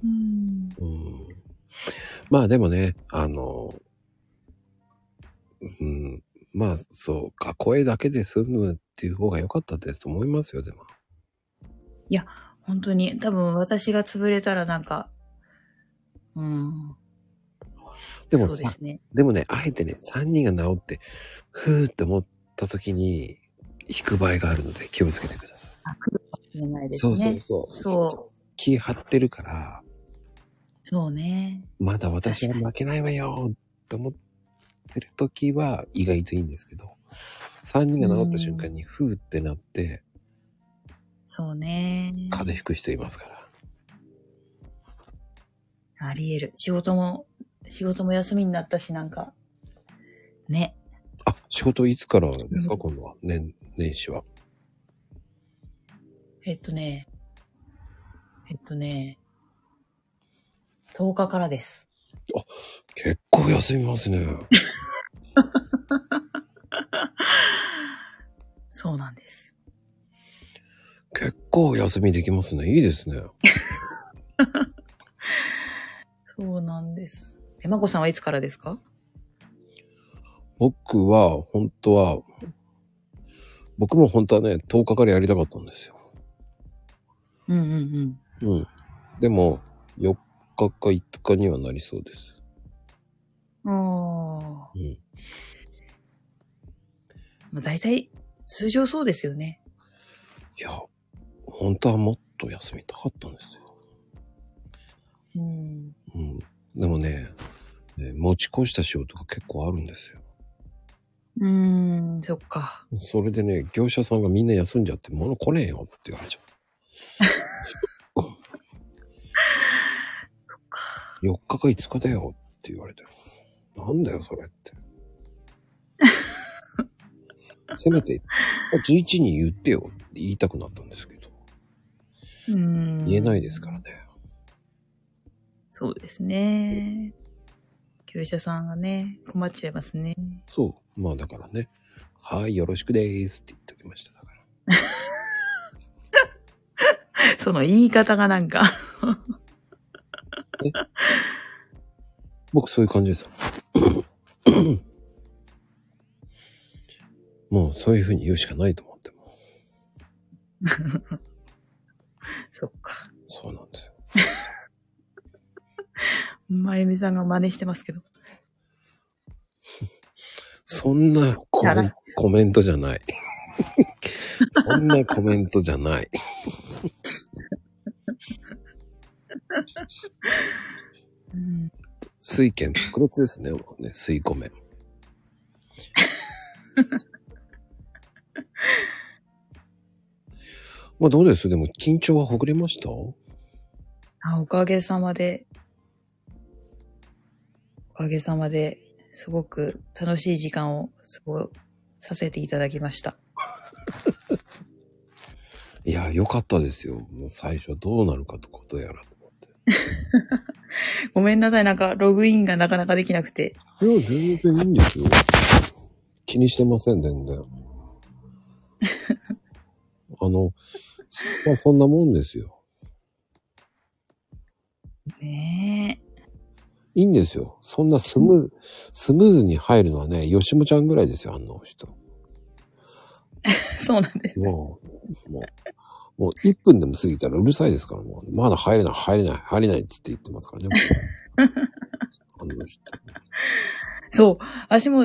うん
う。うん、まあでもね、あの、うん、まあそうか、声だけで済むっていう方が良かったですと思いますよ、でも。
本当に、多分私が潰れたらなんか、うん。
でも
そうで
さ
すね。
でもね、あえてね、3人が治って、ふーって思った時に、引く場合があるので気をつけてください。
そうれないです
そうそう
ね。
そう。
そう。
気張ってるから、
そうね。
まだ私は負けないわよと思ってる時は意外といいんですけど、3人が治った瞬間にふーってなって、
そうね。
風邪ひく人いますから。
あり得る。仕事も、仕事も休みになったし、なんか、ね。
あ、仕事いつからですか、
うん
今度は。年、年始は。
えっとね、えっとね、10日からです。
結構休みます ね。
そうなんです。
結構休みできますね。いいですね。
そうなんです。え、まこさんはいつからですか
僕は、本当は、僕も本当はね、10日からやりたかったんですよ。
うんうんうん。
うん。でも、4日か5日にはなりそうです。
ああ。
うん。
まあ大体、通常そうですよね。
いや、本当はもっと休みたかったんですよ。
うん。
うん。でもね、ね持ち越した仕事が結構あるんですよ。
うーん、そっか。
それでね、業者さんがみんな休んじゃって、物来ねえよって言われちゃう。4日か5日だよって言われて。なんだよ、それって。せめて、11に言ってよって言いたくなったんですけど、
うーん。
言えないですからね。
そうですね。業者さんがね、困っちゃいますね。
そう。まあだからね、はい、よろしくでーすって言っておきました。だから。
その言い方がなんか。
僕そういう感じですよ。 もうそういうふうに言うしかないと思っても。
そっか。
そうなんですよ。
まゆみさんが真似してますけど。
そんなコメ
チャ
ンコメントじゃない。そんなコメントじゃない。
うん。
水拳特別ですね、僕ね。水コメ。まあどうですでも緊張はほぐれました
あ、おかげさまで、おかげさまで、すごく楽しい時間を過ごさせていただきました。
いや、良かったですよ。もう最初どうなるかってことやらと思って。
ごめんなさい、なんかログインがなかなかできなくて。
いや、全然いいんですよ。気にしてません、全 然。あの、まあそんなもんですよ。
ねえ。
いいんですよ。そんなスムー、スムーズに入るのはね、よしもちゃんぐらいですよ、あの人。
そうなんです。
もう、もう、もう1分でも過ぎたらうるさいですから、もう、まだ入れない、入れない、入れないって言ってますからね。 もうあの人。
そう。私も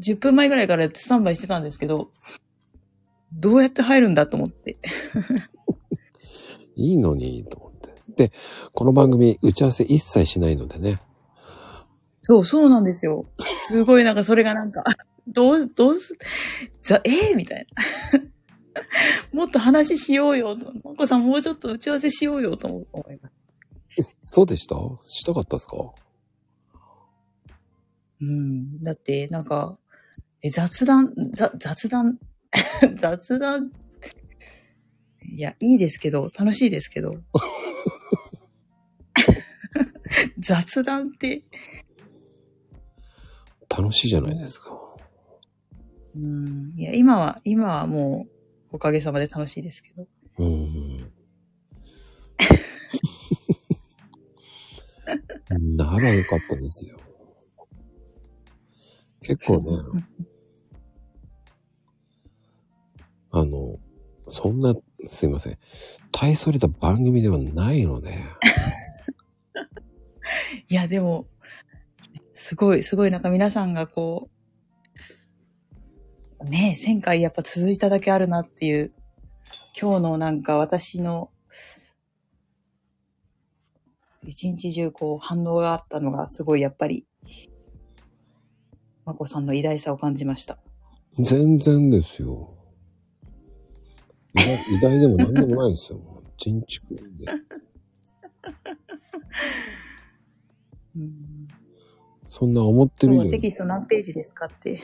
10分前ぐらいからスタンバイしてたんですけど、どうやって入るんだと思って。
いいのに、と思って。で、この番組、打ち合わせ一切しないのでね。
そう、そうなんですよ。すごいなんかそれがなんか、 どう、どうす、ざ、えー、みたいな。 もっと話しようよと。まこさんもうちょっと打ち合わせしようよと思思います。
そうでしたしたかったですか
うん。だって、なんか、え雑談、ざ雑談、 雑談、いや、いいですけど、楽しいですけど。 雑談って、
楽しいじゃないですか。
うん。いや、今は、今はもう、おかげさまで楽しいですけど。
うん。 ならよかったですよ。結構ね、あの、そんな、すいません。大それた番組ではないので、
いや、でも、すごい、すごい、なんか皆さんがこう、ねえ、1000回やっぱ続いただけあるなっていう、今日のなんか私の、一日中こう反応があったのがすごいやっぱり、まこさんの偉大さを感じました。
全然ですよ。偉大偉大でも何でもないですよ。もう人畜で。
うん。
そんな思ってる以
今
上
日テ
に
キスト何ページですかって。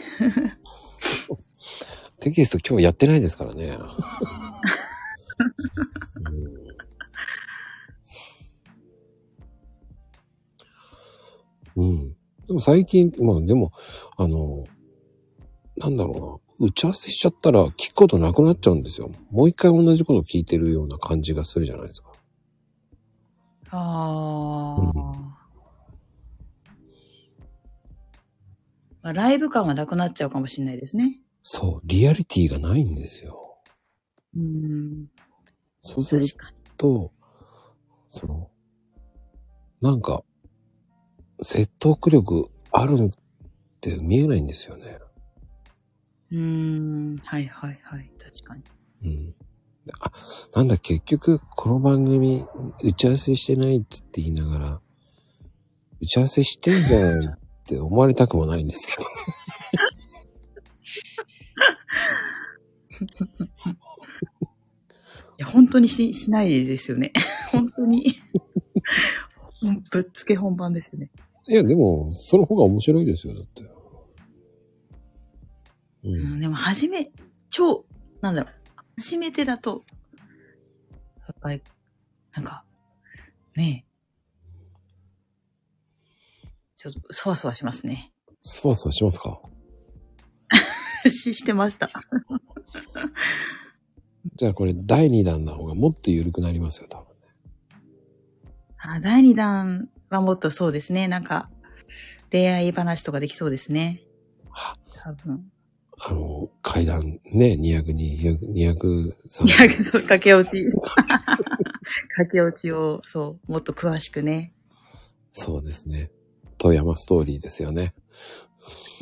テキスト今日やってないですからね。うん。うんでも最近、まあでも、あの、なんだろうな。打ち合わせしちゃったら聞くことなくなっちゃうんですよ。もう一回同じこと聞いてるような感じがするじゃないですか。
ああ。まあ、ライブ感はなくなっちゃうかもしれないですね。
そう、リアリティがないんですよ。
うん。
そうする
確かに。
と、その、なんか、説得力あるって見えないんですよね。
うん。はいはいはい。確かに。
うん。あ、なんだ、結局、この番組、打ち合わせしてないって言いながら、打ち合わせしてんだよって思われたくもないんですけど。
いや、本当にししないですよね。 本当に。うんぶっつけ本番ですよね。
いや、でも、その方が面白いですよ、だって。う。
うんん、でも、初め、超、なんだろう、初めてだと、やっぱり、なんか、ねえ。ちょっと、そわそわしますね。
スワスワしますか
ししてました。
じゃあこれ第2弾の方がもっと緩くなりますよ、多分。
あ第2弾はもっとそうですね。なんか、恋愛話とかできそうですね。
は
多分。
あの、階段ね、200、200、200、
いや、
300。
そう、駆け落ち。 駆け落ちを、そう、もっと詳しくね。
そうですね。富山ストーリーですよね。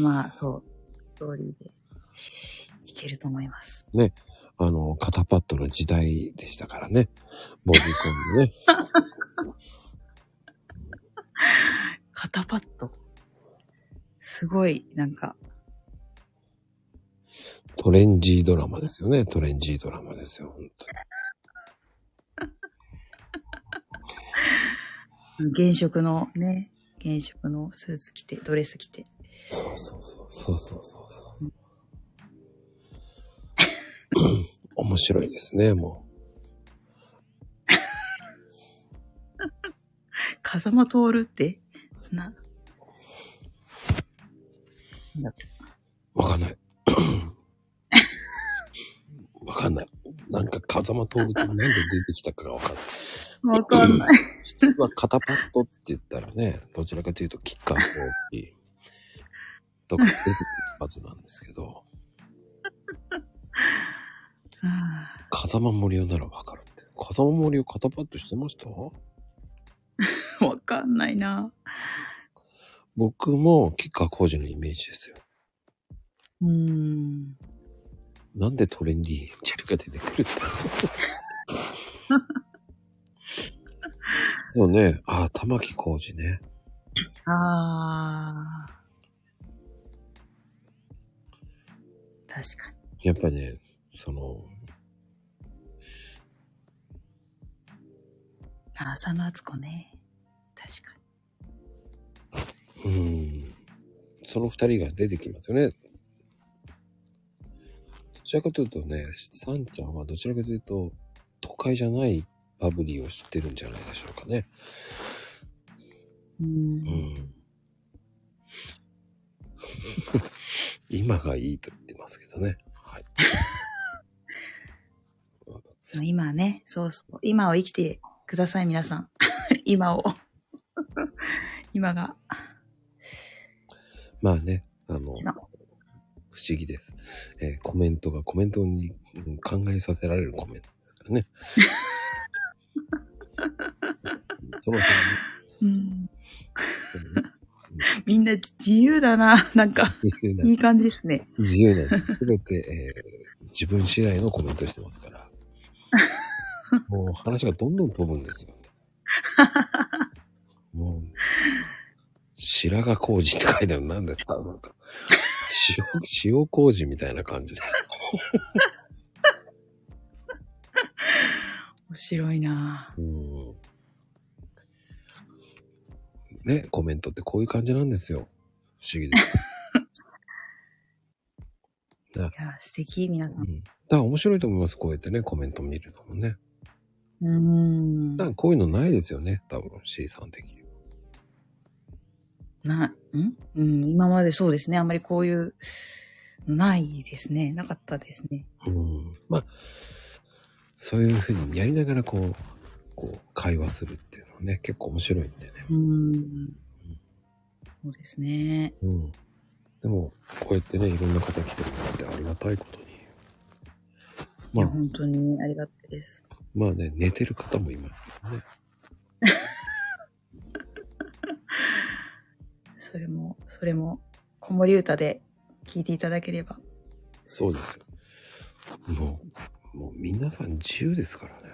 まあ、そう、ストーリーでいけると思います。
あの、肩パッドの時代でしたからね。ボディコンのね。
肩パッド。すごい、なんか、
トレンジードラマですよね。トレンジードラマですよ。本
現職のね、現職のスーツ着て、ドレス着て。
当そうそうそうそうそうそうそう。面白いですね、も
風間通るってな、
う。わかんない。 わかんない。なんか風間徹ってなんで出てきたかがわかんない。
わかんない。
普通は肩パッドって言ったらね、どちらかというとキッカーが大きい。とか出てくるはずなんですけど、
あ
風間森生ならわかるって。風間森生肩パッドしてました
ーわかんないな。
僕もキッカー工事のイメージですよ。
うーん。
なんでトレンディーエンジェルが出てくるって。そうね。ああ、玉木浩二ね。
ああ。確かに。
やっぱりね、その、
あ浅野敦子ね。確かに。
うん。その二人が出てきますよね。どちらかというとね、サンちゃんはどちらかというと、都会じゃないバブリーを知ってるんじゃないでしょうかね。
う。
うんん。 今がいいと言ってますけどね。はい。
今はね、そうそう。今を生きてください、皆さん。 今を。今が
まあね、あの、
一番。
不思議です。えーコメントがコメントにうん考えさせられるコメントですからね。その辺に
う ん、
うん
みんな自由だな。なんか、
自由ない
い感じですね。
自由なんです。すべて、えー自分次第のコメントしてます から。もう話がどんどん飛ぶんです よ。もう、白髪工事って書いてあるなんですかなんか、塩、塩工事みたいな感じで。
面白いな。
うん。ね、コメントってこういう感じなんですよ。不 思議で。
いや、素敵、皆さ。
うんん。だから面白いと思います。こうやってね、コメント見るのもね。
うん。
だか
な
らこういうのないですよね。多分 C さん的に。、
んうん、今までそうですね。あんまりこういう、ないですね。なかったですね。
うん。まあ、そういうふうにやりながらこう、こう、会話するっていうのはね、結構面白いんでね。
うん。そうですね。
うん。でも、こうやってね、いろんな方来てもらってありがたいことに。
い
ま
や、
あ、
本当にありがたいです。
まあね、寝てる方もいますけどね。
それも、それも、子守歌で聴いていただければ。
そうですよ。もう、もう皆さん自由ですからね。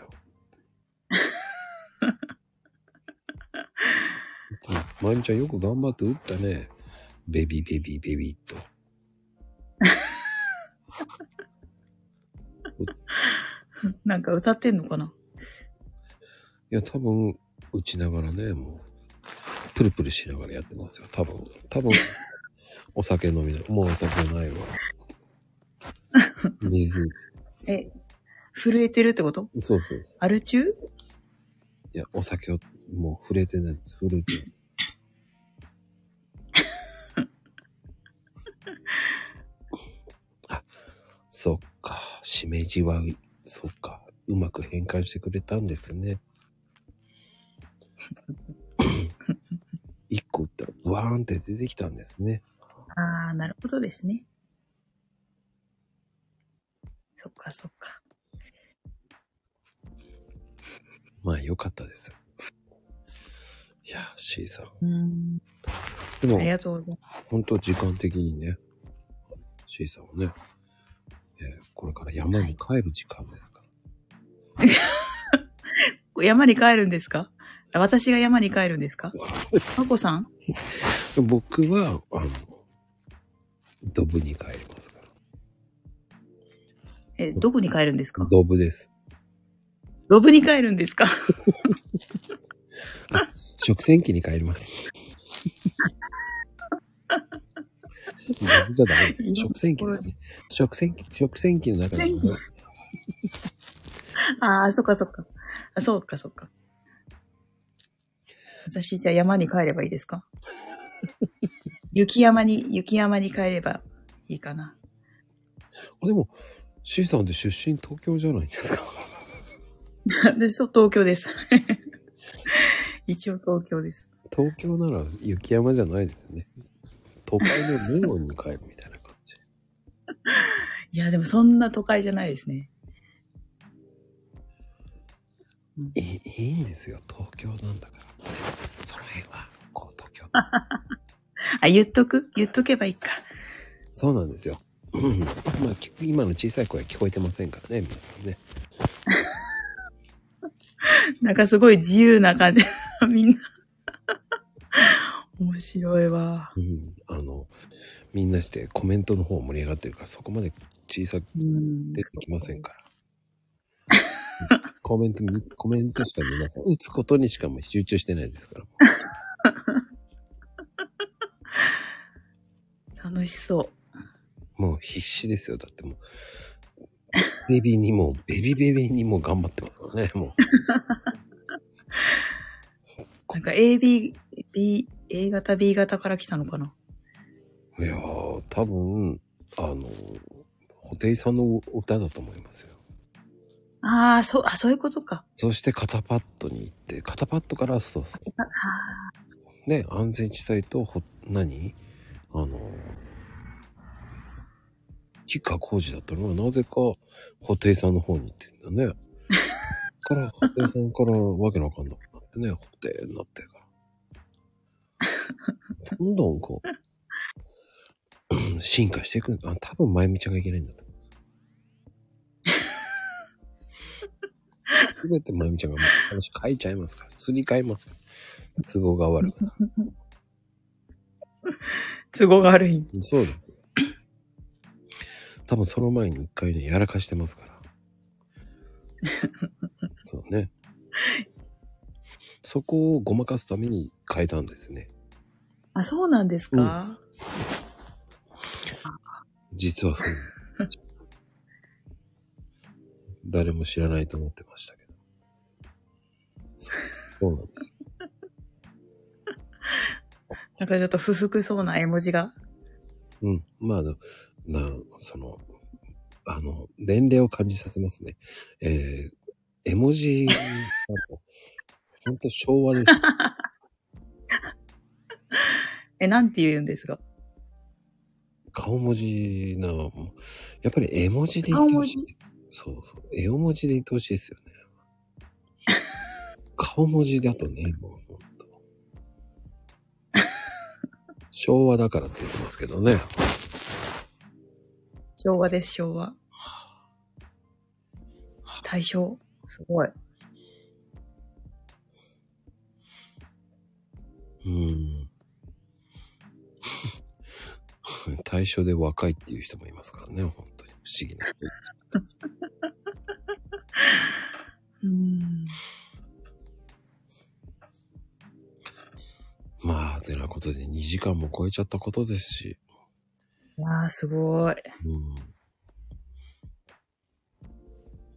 まゆみちゃんよく頑張って打ったね。ベビーベビーベビーと。
なんか歌ってんのかない
や、多分、打ちながらね、もう、プルプルしながらやってますよ。多分、多分、お酒飲みなもうお酒ないわ。水、
え、震えてるってこと
そうそうそう。
アル中
いや、お酒を、もう触れてないです。触れてない。あ、そっか。しめじは、そっか。うまく変換してくれたんですね。一個打ったら、ブワーンって出てきたんですね。
ああ、なるほどですね。そっかそっか。
まあ、よかったですよ。いや、C さん。
うん。
でも
あり、がとうございます。
本当時間的にね、C さんはね、えーこれから山に帰る時間ですから。
山に帰るんですか私が山に帰るんですかまこさん
僕は、あの、ドブに帰りますか
え、どこに帰るんです
ら。
か
ドブです。
ロブに帰るんですか
食洗機に帰ります。ドブじゃダ メ。食洗機ですね。食洗機、食洗機の中に。
ああ、そっかそっか。あ、そっかそっか。私、じゃあ山に帰ればいいです か雪山に、雪山に帰ればいいかな。
あでも、C さんって出身東京じゃないですか。
で、そう、東京です。 一応東京です。
東京なら雪山じゃないですよね。都会のメロンに帰るみたいな感じ。
いや、でもそんな都会じゃないですね。
いいいんですよ東京なんだからその辺はこう東京
あ、言っとく言っとけばいいか。
そうなんですようんまあき今の小さい声は聞こえてませんからね皆さんね
なんかすごい自由な感じ。 みんな。面白いわ。
うんあのみんなしてコメントの方盛り上がってるからそこまで小さく
うん
出てきませんからうんコメントみコメントしか皆さん打つことにしかもう集中してないですから
楽しそう。
もう必死ですよだってもうベビーにもベビーベビーにも頑張ってますからねもう
なんか A、B、B、A 型、B 型から来たのかない
やー、多分、あの、布袋さんの歌だと思いますよ。
ああ、そう、あ、そういうことか。
そして肩パッドに行って、肩パッドから、そうそ
ああ
う。ね、安全地帯と、ほ、何あの、吉川浩司だったのが、なぜか、布袋さんの方に行ってんだね。から、布袋さんからわけのわかんなくなってね、布袋になってから。どんどんこう、うん 進化していくんだ。あ多分、まゆみちゃんがいけないんだと思う。すべてまゆみちゃんがもう話変えちゃいますから、すり替えますから。都合が悪くなる。
都合が悪い。
そうですよ。多分その前に一回ね、やらかしてますから。そうね。そこをごまかすために変えたんですね。
あ、そうなんですか、
実はそう。誰も知らないと思ってましたけど。そうそうなんです。
なんかちょっと不服そうな絵文字が。
うん。まあ、あのな、その、あの、年齢を感じさせますね。えー、絵文字だと、 ほんと昭和です。
え、なんて言うんですか
顔文字な、やっぱり絵文字で言ってほしい。そうそう。絵文字で言ってほしいですよね。 顔文字だとね、もうほんと。 昭和だからって言ってますけどね。
昭和です、昭和。大正。すごい。
うん。対象で若いっていう人もいますからね、本当に。不思議な人。
うん。
まあ、てなことで2時間も超えちゃったことですし。
いやー、すご
う
い。
ん。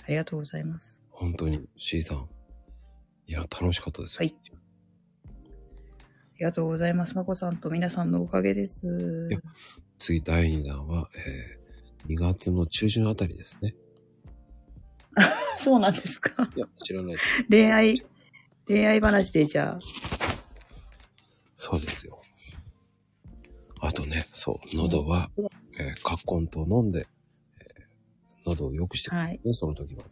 ありがとうございます。
本当に、C さん。いや、楽しかったですよ。
はいありがとうございます。まこさんと皆さんのおかげです
いや。次、第2弾は、えー、2月の中旬あたりですね。
そうなんですか。
いや、知らないです。
恋愛、恋愛話でじゃあ。
そうですよ。あとね、そう、喉は、えー、カッコンと飲んで、えー喉を良くしてくださ
はい。
いね、その時まで。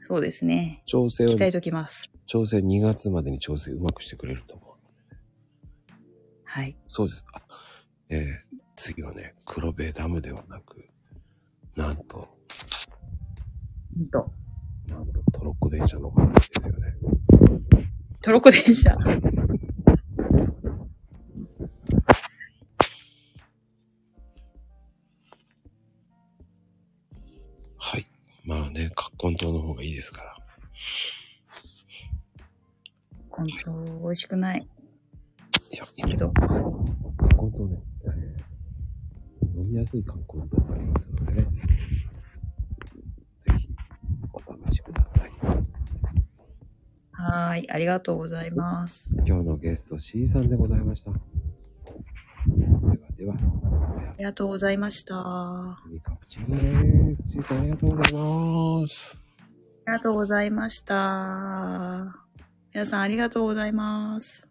そうですね。
調整は
鍛えときます。
調整2月までに調整うまくしてくれると思う。
はい。
そうです。あえー次はね、黒部ダムではなく、なんと、
ほんと。
なんとトロッコ電車のお話ですよね。
トロッコ電車。
はい。まあね、葛根糖の方がいいですから。
本当美味しくない
いや、
けど。は
葛根糖ね、えー飲みやすい葛根糖がありますのでね、ぜひお試しください。
ーい。ありがとうございます。
今日のゲスト C さんでございました。ではでは、
ありがとうございました。あ
次カプチーノです。C さんありがとうございます。
りがとうございました。皆さんありがとうございます。